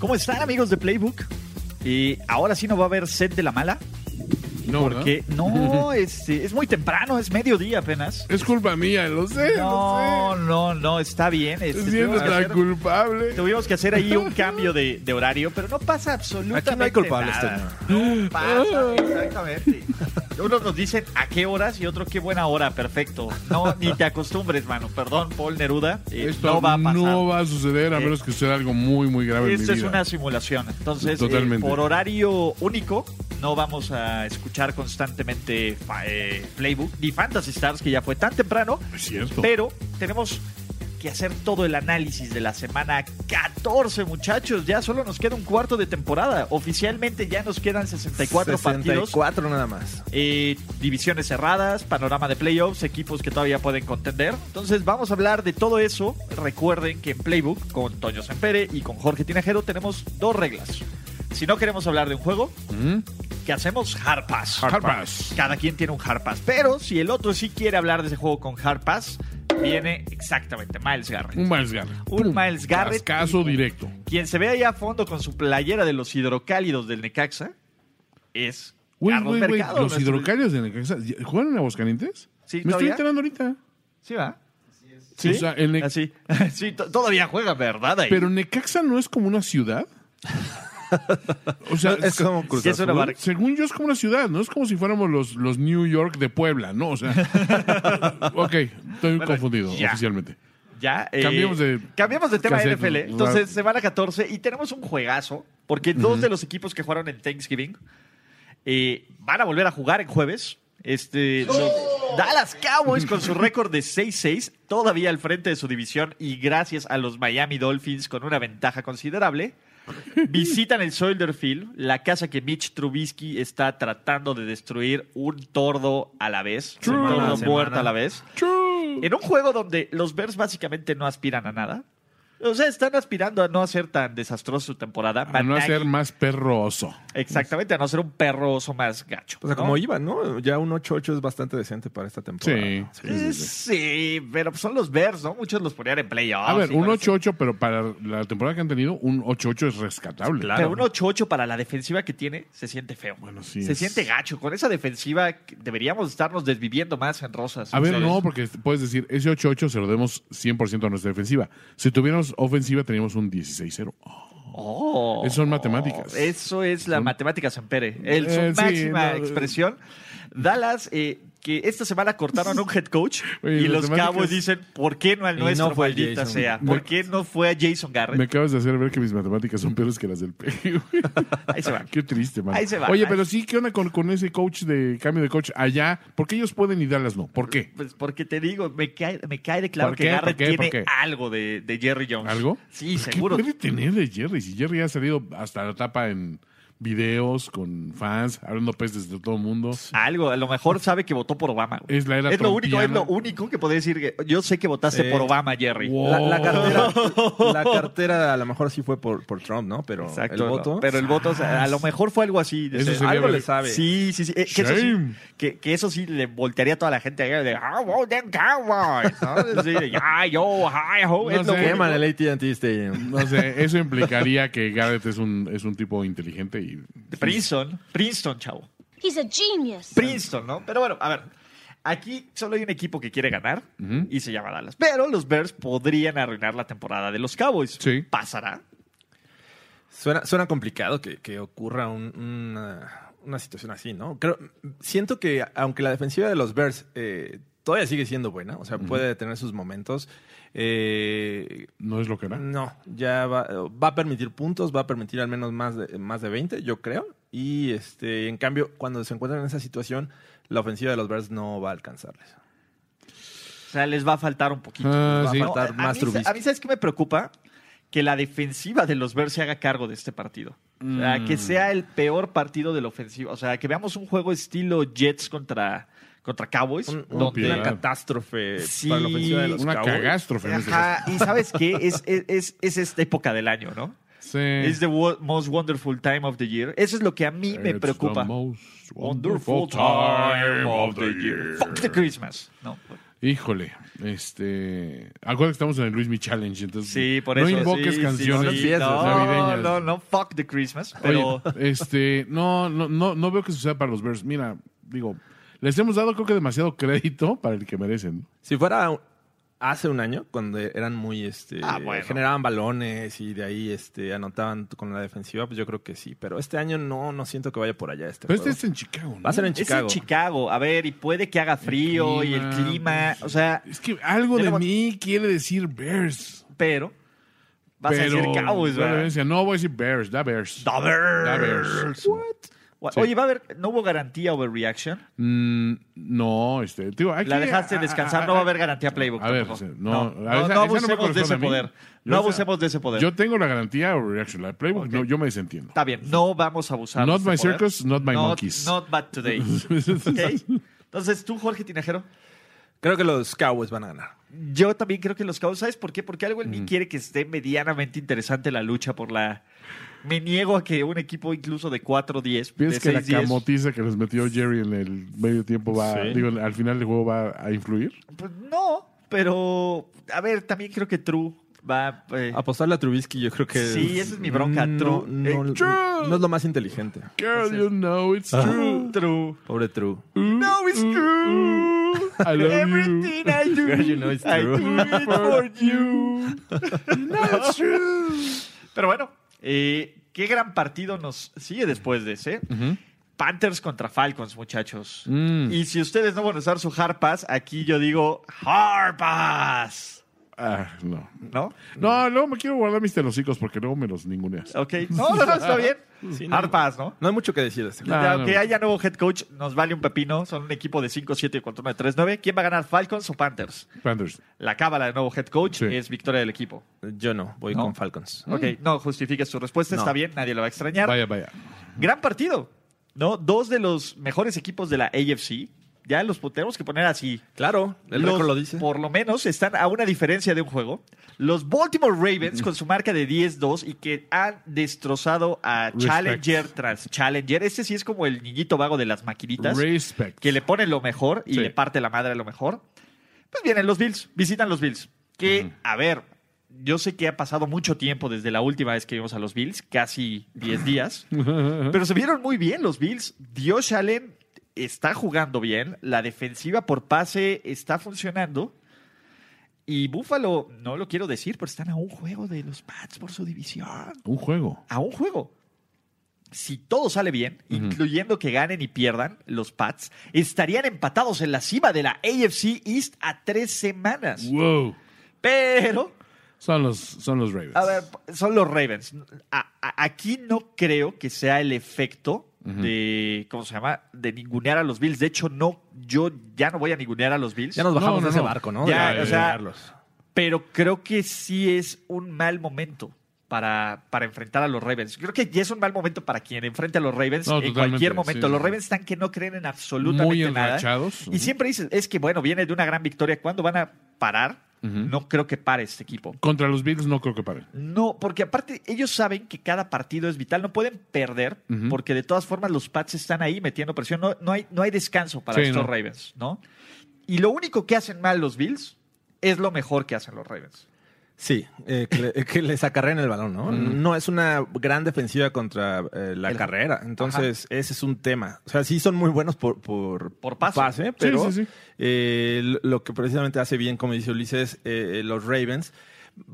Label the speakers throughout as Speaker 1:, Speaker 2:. Speaker 1: ¿Cómo están amigos de Playbook? Y ahora sí no va a haber set de la mala,
Speaker 2: No, ¿verdad?
Speaker 1: porque no, este, es muy temprano, es mediodía apenas.
Speaker 2: Es culpa mía, lo sé,
Speaker 1: No, no, no, está bien.
Speaker 2: lo
Speaker 1: este,
Speaker 2: sé. Me siento
Speaker 1: tuvimos, que
Speaker 2: tan
Speaker 1: hacer,
Speaker 2: culpable.
Speaker 1: tuvimos que hacer ahí un cambio de, de horario, pero no pasa absolutamente
Speaker 3: Aquí no hay culpables,
Speaker 1: nada. No pasa, exactamente. Unos nos dicen a qué horas y otro qué buena hora, perfecto. No, ni te acostumbres, mano. Perdón, Paul Neruda, eh,
Speaker 2: Esto
Speaker 1: no va a pasar.
Speaker 2: no va a suceder a
Speaker 1: Eh,
Speaker 2: menos que sea algo muy, muy grave en mi
Speaker 1: Esto es
Speaker 2: vida.
Speaker 1: una simulación. Entonces,
Speaker 2: Totalmente.
Speaker 1: eh, por horario único, no vamos a escuchar constantemente fa- eh, Playbook ni Fantasy Stars, que ya fue tan temprano.
Speaker 2: Es cierto.
Speaker 1: Pero tenemos que hacer todo el análisis de la semana 14, muchachos. Ya solo nos queda un cuarto de temporada. Oficialmente ya nos quedan 64, partidos.
Speaker 3: 64 nada más.
Speaker 1: Eh, divisiones cerradas, panorama de playoffs, equipos que todavía pueden contender. Entonces vamos a hablar de todo eso. Recuerden que en Playbook con Toño Sempere y con Jorge Tinajero tenemos dos reglas. Si no queremos hablar de un juego,
Speaker 3: Mm.
Speaker 1: ¿qué hacemos? Hard pass.
Speaker 2: Hard pass.
Speaker 1: Cada quien tiene un hard pass. Pero si el otro sí quiere hablar de ese juego con hard pass, viene exactamente Miles Garrett.
Speaker 2: Un Miles Garrett.
Speaker 1: Un Miles Garrett.
Speaker 2: Caso directo.
Speaker 1: Quien se ve ahí a fondo con su playera de los hidrocálidos del Necaxa es
Speaker 2: Güey,
Speaker 1: Carlos
Speaker 2: güey, güey,
Speaker 1: Mercado.
Speaker 2: los
Speaker 1: nuestro-
Speaker 2: hidrocarios de Necaxa, ¿ya- ¿juegan en Aguascalientes?
Speaker 1: Sí,
Speaker 2: Me estoy
Speaker 1: todavía.
Speaker 2: enterando ahorita.
Speaker 1: ¿Sí va?
Speaker 2: O sea, el Ne-
Speaker 1: Así. Sí, to- todavía juega, ¿verdad? Ahí?
Speaker 2: Pero Necaxa no es como una ciudad. O sea,
Speaker 3: Es como Cruz
Speaker 1: Sí, es una
Speaker 3: Azul.
Speaker 1: barca.
Speaker 2: Según yo es como una ciudad, no es como si fuéramos los, los New York de Puebla, ¿no? O sea, ok, estoy confundido
Speaker 1: ya.
Speaker 2: oficialmente.
Speaker 1: ya. eh,
Speaker 2: cambiemos de-
Speaker 1: cambiamos de tema de
Speaker 2: cassette,
Speaker 1: NFL.
Speaker 2: ¿no?
Speaker 1: Entonces, semana 14 y tenemos un juegazo, porque dos de los equipos que jugaron en Thanksgiving eh, van a volver a jugar en jueves. Este, los Dallas Cowboys con su récord de 6-6, todavía al frente de su división y gracias a los Miami Dolphins con una ventaja considerable. Visitan el Soldier Field, la casa que Mitch Trubisky está tratando de destruir un tordo a la vez, un tordo
Speaker 3: Semana a
Speaker 1: muerto
Speaker 3: semana.
Speaker 1: a la vez. En un juego donde los Bears básicamente no aspiran a nada. O sea, están aspirando a no hacer tan desastrosa su temporada.
Speaker 2: Para no
Speaker 1: Matt
Speaker 2: hacer
Speaker 1: Nagy-
Speaker 2: más perroso.
Speaker 1: Exactamente, a no ser un perro oso más gacho.
Speaker 3: O sea,
Speaker 1: ¿no?
Speaker 3: como iba, ¿no? Ya un 8-8 es bastante decente para esta temporada.
Speaker 2: Sí.
Speaker 1: Eh, Sí, pero son los Bears, ¿no? Muchos los ponían en playoffs.
Speaker 2: A ver,
Speaker 1: y
Speaker 2: un
Speaker 1: Oh, parece-
Speaker 2: 8-8, pero para la temporada que han tenido, un 8-8 es rescatable.
Speaker 1: Pero un 8-8 para la defensiva que tiene se siente feo.
Speaker 2: Bueno, sí
Speaker 1: se
Speaker 2: es.
Speaker 1: siente gacho. Con esa defensiva que deberíamos estarnos desviviendo más en rosas.
Speaker 2: A ver,
Speaker 1: Ustedes.
Speaker 2: no, porque puedes decir, ese 8-8 se lo demos 100% a nuestra defensiva. Si tuviéramos ofensiva, teníamos un 16-0.
Speaker 1: Oh.
Speaker 2: Eso son matemáticas.
Speaker 1: Eso es la
Speaker 2: Son-
Speaker 1: matemática Sempere. El, su
Speaker 2: Eh, sí,
Speaker 1: máxima
Speaker 2: no, eh.
Speaker 1: expresión. Dallas, eh, que esta semana cortaron a un head coach
Speaker 2: Oye,
Speaker 1: y
Speaker 2: las
Speaker 1: los
Speaker 2: matemáticas-
Speaker 1: Cowboys dicen, ¿por qué no al
Speaker 3: Y
Speaker 1: nuestro,
Speaker 3: no fue
Speaker 1: maldita
Speaker 3: Jason.
Speaker 1: sea? ¿Por qué no fue a Jason
Speaker 2: Me
Speaker 1: Garrett?
Speaker 2: acabas de hacer ver que mis matemáticas son peores que las del P. E, güey.
Speaker 1: Ahí se va.
Speaker 2: Qué triste, man.
Speaker 1: Ahí se va.
Speaker 2: Oye,
Speaker 1: Ahí-
Speaker 2: pero sí, ¿qué onda con, con ese coach de cambio de coach allá? ¿Por qué ellos pueden y Dallas no? ¿Por qué?
Speaker 1: Pues porque te digo, me cae, me cae de claro
Speaker 2: ¿Por
Speaker 1: que
Speaker 2: qué? ¿Por
Speaker 1: Garrett
Speaker 2: qué?
Speaker 1: tiene
Speaker 2: ¿Por qué?
Speaker 1: algo de, de Jerry Jones.
Speaker 2: ¿Algo?
Speaker 1: Sí,
Speaker 2: ¿Qué
Speaker 1: seguro.
Speaker 2: puede tener de Jerry? Si Jerry ha salido hasta la tapa en videos, con fans, hablando pestes de todo el mundo.
Speaker 1: Algo, a lo mejor sabe que votó por Obama. güey.
Speaker 2: Es la era
Speaker 1: lo único, es
Speaker 2: trumpiana.
Speaker 1: lo único que podría decir. que Yo sé que votaste
Speaker 3: Sí.
Speaker 1: por Obama, Jerry.
Speaker 2: Wow.
Speaker 3: La, la cartera, la cartera a lo mejor sí fue por, por Trump, ¿no? Pero
Speaker 1: Exacto.
Speaker 3: el voto. Ah.
Speaker 1: Pero el voto, o sea, a lo mejor fue algo así. de
Speaker 2: Eso
Speaker 1: ser-
Speaker 2: sería
Speaker 3: algo le
Speaker 2: ver-
Speaker 3: sabe.
Speaker 1: Sí, sí, sí. Eh, que, eso sí
Speaker 2: Shame.
Speaker 1: que, que eso sí le voltearía a toda la gente. eh, De, "Ah, wow, them Cowboys", ¿no? Sí, de, "Ah, yo, hi, ho",
Speaker 2: No
Speaker 1: es lo
Speaker 2: sé.
Speaker 1: que-
Speaker 3: Queman el AT&T Stadium.
Speaker 2: No sé, eso implicaría que Garrett es un, es un tipo inteligente y...
Speaker 1: Princeton. Princeton, chavo.
Speaker 4: He's a genius.
Speaker 1: Princeton, ¿no? Pero bueno, a ver. Aquí solo hay un equipo que quiere ganar y se llama Dallas. Pero los Bears podrían arruinar la temporada de los Cowboys.
Speaker 2: Sí.
Speaker 1: ¿Pasará?
Speaker 3: Suena, suena complicado que, que ocurra un- una, una situación así, ¿no? Creo, siento que aunque la defensiva de los Bears eh, todavía sigue siendo buena, o sea, puede tener sus momentos. Eh,
Speaker 2: No es lo que era.
Speaker 3: no, ya va, va a permitir puntos, va a permitir al menos más de, más de 20, yo creo. Y este, en cambio, cuando se encuentran en esa situación, la ofensiva de los Bears no va a alcanzarles.
Speaker 1: O sea, les va a faltar un poquito.
Speaker 2: Ah,
Speaker 3: va a
Speaker 2: sí.
Speaker 3: faltar.
Speaker 1: a,
Speaker 3: más
Speaker 1: mí,
Speaker 3: Trubisky.
Speaker 1: a mí, ¿sabes qué me preocupa? Que la defensiva de los Bears se haga cargo de este partido. O sea, que sea el peor partido de la ofensiva. O sea, que veamos un juego estilo Jets contra, contra Cowboys.
Speaker 3: Un- un-
Speaker 1: donde-
Speaker 3: una catástrofe
Speaker 1: Sí.
Speaker 3: para la ofensiva de los
Speaker 2: Una
Speaker 3: Cowboys.
Speaker 2: cagástrofe. en ese
Speaker 1: Ajá, y ¿sabes qué? Es, es- es- es esta época del año, ¿no?
Speaker 2: caso. Sí.
Speaker 1: Es the wo- most wonderful time of the year. Eso es lo que a mí me
Speaker 2: It's
Speaker 1: preocupa.
Speaker 2: the most
Speaker 1: Wonderful time of the year. Fuck the Christmas. No,
Speaker 2: Híjole, este. Acuérdate que estamos en el Luis Mi Challenge, entonces.
Speaker 1: Sí, por
Speaker 2: no
Speaker 1: eso.
Speaker 2: invoques
Speaker 1: sí, sí,
Speaker 2: canciones
Speaker 1: sí, no,
Speaker 2: navideñas.
Speaker 1: No, no, fuck the Christmas. Pero
Speaker 2: Oye, este, no, no, no, no veo que suceda para los Bears. Mira, digo, les hemos dado creo que demasiado crédito para el que merecen.
Speaker 3: Si fuera un- hace un año, cuando eran muy, este, generaban balones y de ahí, este, anotaban con la defensiva, pues yo creo que sí. Pero este año no, no siento que vaya por allá este
Speaker 2: Pero este
Speaker 3: juego.
Speaker 2: es en Chicago, ¿no?
Speaker 3: Va a ser en
Speaker 1: es en
Speaker 3: Chicago.
Speaker 1: Chicago. A ver, y puede que haga frío y el
Speaker 2: clima,
Speaker 1: clima.
Speaker 2: pues.
Speaker 1: O sea,
Speaker 2: Es que algo de
Speaker 1: Tenemos-
Speaker 2: mí quiere decir Bears.
Speaker 1: pero vas a
Speaker 2: pero,
Speaker 1: decir Cowboys,
Speaker 2: Bueno,
Speaker 1: ¿verdad?
Speaker 2: decía, No, voy a decir Bears, da Bears.
Speaker 1: Da Bears.
Speaker 2: Da Bears.
Speaker 1: What?
Speaker 2: Sí.
Speaker 1: Oye, va a haber, no hubo garantía overreaction.
Speaker 2: Mm, no, este, digo, hay
Speaker 1: La
Speaker 2: que-
Speaker 1: dejaste
Speaker 2: a- a-
Speaker 1: descansar,
Speaker 2: a-
Speaker 1: no va a haber garantía playbook.
Speaker 2: ah, A ver,
Speaker 1: tampoco.
Speaker 2: sí, no,
Speaker 1: no,
Speaker 2: a esa-
Speaker 1: no
Speaker 2: esa no me
Speaker 1: abusemos de
Speaker 2: corresponde a
Speaker 1: ese
Speaker 2: mí.
Speaker 1: poder.
Speaker 2: Yo
Speaker 1: No
Speaker 2: esa-
Speaker 1: abusemos de ese poder.
Speaker 2: Yo tengo la garantía o reaction. La de Playbook, no, yo me desentiendo.
Speaker 1: Está bien, no vamos a abusar.
Speaker 2: Not
Speaker 1: de ese
Speaker 2: my
Speaker 1: poder.
Speaker 2: circus, not my monkeys.
Speaker 1: Not bad today. Ok. Entonces, tú, Jorge Tinajero,
Speaker 3: Creo que los Cowboys van a ganar.
Speaker 1: yo también creo que los Cowboys, ¿sabes por qué? Porque algo en mí quiere que esté medianamente interesante la lucha por la... Me niego a que un equipo incluso de 4-10, de
Speaker 2: ¿Piensas que la
Speaker 1: 6-10,
Speaker 2: camotiza que les metió Jerry en el medio tiempo va,
Speaker 3: Sí.
Speaker 2: digo, al final del juego va a influir?
Speaker 1: pues, no, pero... A ver, también creo que True va... eh,
Speaker 2: Ah,
Speaker 3: Apostarle a Trubisky, yo creo que.
Speaker 1: Sí, esa es mi bronca,
Speaker 3: No,
Speaker 1: Tru-
Speaker 3: no-
Speaker 1: eh,
Speaker 2: Tru-
Speaker 3: no es lo más inteligente.
Speaker 2: Girl, you know it's
Speaker 1: Ah.
Speaker 2: true.
Speaker 1: True.
Speaker 3: Pobre True.
Speaker 1: No, it's true.
Speaker 2: mm, I love you.
Speaker 1: Everything I do,
Speaker 3: Girl, you know it's
Speaker 1: I
Speaker 3: true.
Speaker 1: do it for you. Pero bueno, eh, qué gran partido nos sigue después de ese. Panthers contra Falcons, muchachos.
Speaker 2: Mm.
Speaker 1: Y si ustedes no van a usar su hard pass, aquí yo digo hard pass.
Speaker 2: Ah, no.
Speaker 1: ¿No?
Speaker 2: No, luego me quiero guardar mis telocicos porque luego me los ninguneas.
Speaker 1: Ok. No, no, no, está bien. hard pass, ¿no?
Speaker 3: No hay mucho que decir de este.
Speaker 2: Ah, No.
Speaker 1: Ya, Aunque haya nuevo head coach, nos vale un pepino. Son un equipo de 5-7 contra uno de 3-9. ¿Quién va a ganar, Falcons o Panthers?
Speaker 2: Panthers.
Speaker 1: La cábala de nuevo head coach
Speaker 2: Sí.
Speaker 1: es victoria del equipo.
Speaker 3: Yo no, voy
Speaker 1: No.
Speaker 3: con Falcons.
Speaker 1: Ok, no justifiques tu respuesta,
Speaker 3: No.
Speaker 1: está bien, nadie lo va a extrañar.
Speaker 2: Vaya, vaya.
Speaker 1: Gran partido, ¿no? Dos de los mejores equipos de la AFC, ya los tenemos que poner así.
Speaker 3: Claro, el
Speaker 1: Los-
Speaker 3: récord lo dice.
Speaker 1: Por lo menos están a una diferencia de un juego. Los Baltimore Ravens con su marca de 10-2 y que han destrozado a
Speaker 2: Respect.
Speaker 1: Challenger tras Challenger. Este sí es como el niñito vago de las maquinitas
Speaker 2: Respect.
Speaker 1: que le pone lo mejor y
Speaker 2: Sí.
Speaker 1: le parte la madre a lo mejor. Pues vienen los Bills, visitan los Bills. Que, a ver, yo sé que ha pasado mucho tiempo desde la última vez que vimos a los Bills, casi 10 días, pero se vieron muy bien los Bills. Dios Allen está jugando bien, la defensiva por pase está funcionando. Y Buffalo, no lo quiero decir, pero están a un juego de los Pats por su división
Speaker 2: Un juego.
Speaker 1: a un juego. Si todo sale bien, incluyendo que ganen y pierdan los Pats, estarían empatados en la cima de la AFC East a tres semanas.
Speaker 2: Wow.
Speaker 1: Pero,
Speaker 2: Son los, son los Ravens.
Speaker 1: a ver, son los Ravens. A- a- aquí no creo que sea el efecto de, ¿cómo se llama? De ningunear a los Bills. De hecho, no, yo ya no voy a ningunear a los Bills.
Speaker 3: Ya nos bajamos
Speaker 2: No, no,
Speaker 3: de ese
Speaker 2: no.
Speaker 3: barco, ¿no?
Speaker 1: Ya,
Speaker 3: De-
Speaker 1: o
Speaker 3: de
Speaker 1: sea,
Speaker 3: ganarlos.
Speaker 1: Pero creo que sí es un mal momento para, para enfrentar a los Ravens. Creo que ya es un mal momento para quien enfrente a los Ravens
Speaker 2: No,
Speaker 1: en
Speaker 2: totalmente,
Speaker 1: cualquier momento.
Speaker 2: sí.
Speaker 1: Los Ravens están que no creen en absolutamente
Speaker 2: Muy
Speaker 1: nada.
Speaker 2: enrachados.
Speaker 1: Y siempre dices, es que bueno, viene de una gran victoria. ¿Cuándo van a parar? No creo que pare este equipo.
Speaker 2: Contra los Bills no creo que paren.
Speaker 1: No, porque aparte ellos saben que cada partido es vital. No pueden perder porque de todas formas los Pats están ahí metiendo presión. No, no hay, no hay descanso para
Speaker 2: Sí,
Speaker 1: estos
Speaker 2: no.
Speaker 1: Ravens, ¿no? Y lo único que hacen mal los Bills es lo mejor que hacen los Ravens.
Speaker 3: Sí, eh, que, le- que les acarreen el balón, ¿no? No es una gran defensiva contra eh, la
Speaker 1: Mm. El-
Speaker 3: carrera. Entonces, ese es un tema. O sea, sí son muy buenos por, por,
Speaker 1: Por pase.
Speaker 3: pero
Speaker 2: sí, sí.
Speaker 3: eh, lo- lo que precisamente hace bien, como dice Ulises, eh, los Ravens.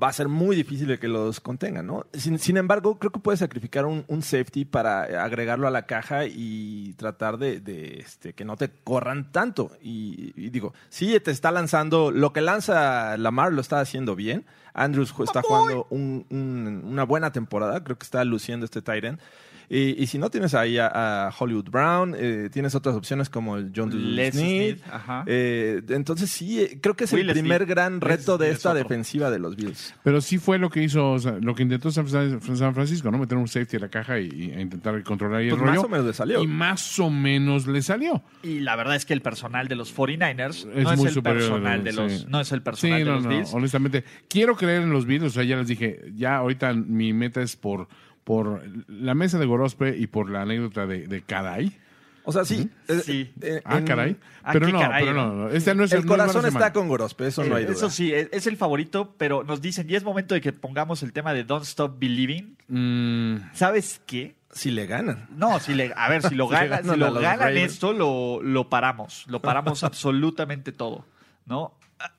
Speaker 3: va a ser muy difícil de que los contengan, ¿no? Sin, sin embargo, creo que puede sacrificar un, un safety para eh, agregarlo a la caja y tratar de, de, este, que no te corran tanto. Y, y digo, sí, te está lanzando, lo que lanza Lamar lo está haciendo bien. Andrews ju- está jugando un- un- una buena temporada, creo que está luciendo este Tyrant. Y, y si no tienes ahí a, a Hollywood Brown, eh, tienes otras opciones como el John
Speaker 1: Les
Speaker 3: Smith.
Speaker 1: Snead, ajá.
Speaker 3: Eh, entonces sí, eh, creo que es
Speaker 1: Will
Speaker 3: el primer
Speaker 1: Smith.
Speaker 3: gran reto de
Speaker 1: Smith es
Speaker 3: esta
Speaker 1: otro.
Speaker 3: defensiva de los Bills.
Speaker 2: Pero sí fue lo que hizo, o sea, lo que intentó San Fran- San Francisco, ¿no? Meter un safety a la caja y, y- e intentar controlar ahí el
Speaker 3: Pues más
Speaker 2: rollo.
Speaker 3: o menos le salió.
Speaker 2: Y más o menos le salió.
Speaker 1: Y la verdad es que el personal de los 49ers
Speaker 2: Es
Speaker 1: no es
Speaker 2: muy
Speaker 1: el
Speaker 2: superior.
Speaker 1: personal de
Speaker 2: sí.
Speaker 1: los no es el personal
Speaker 2: Sí,
Speaker 1: de
Speaker 2: no,
Speaker 1: los
Speaker 2: no,
Speaker 1: Bills.
Speaker 2: honestamente. Quiero creer en los Bills, o sea, ya les dije, ya ahorita mi meta es por, por la mesa de Gorospe y por la anécdota de, de Caray.
Speaker 3: O sea, sí. eh,
Speaker 1: Sí.
Speaker 3: eh,
Speaker 2: Ah,
Speaker 3: en-
Speaker 2: caray.
Speaker 1: Ah,
Speaker 2: Pero
Speaker 1: qué
Speaker 2: no,
Speaker 1: caray,
Speaker 2: pero no,
Speaker 1: ¿no?
Speaker 2: no. Este no es
Speaker 3: El
Speaker 2: no es mala
Speaker 3: corazón
Speaker 2: semana.
Speaker 3: está con Gorospe, eso no hay duda.
Speaker 1: Eso sí, es, es el favorito, pero nos dicen, y es momento de que pongamos el tema de Don't Stop Believing.
Speaker 2: Mm,
Speaker 1: ¿Sabes qué?
Speaker 3: Si le ganan.
Speaker 1: No, si le, a ver, si lo
Speaker 3: Si
Speaker 1: gana,
Speaker 3: ganan
Speaker 1: si
Speaker 3: a
Speaker 1: lo
Speaker 3: los
Speaker 1: ganan
Speaker 3: Ravens.
Speaker 1: esto, lo, lo paramos. Lo paramos absolutamente todo, ¿no? A,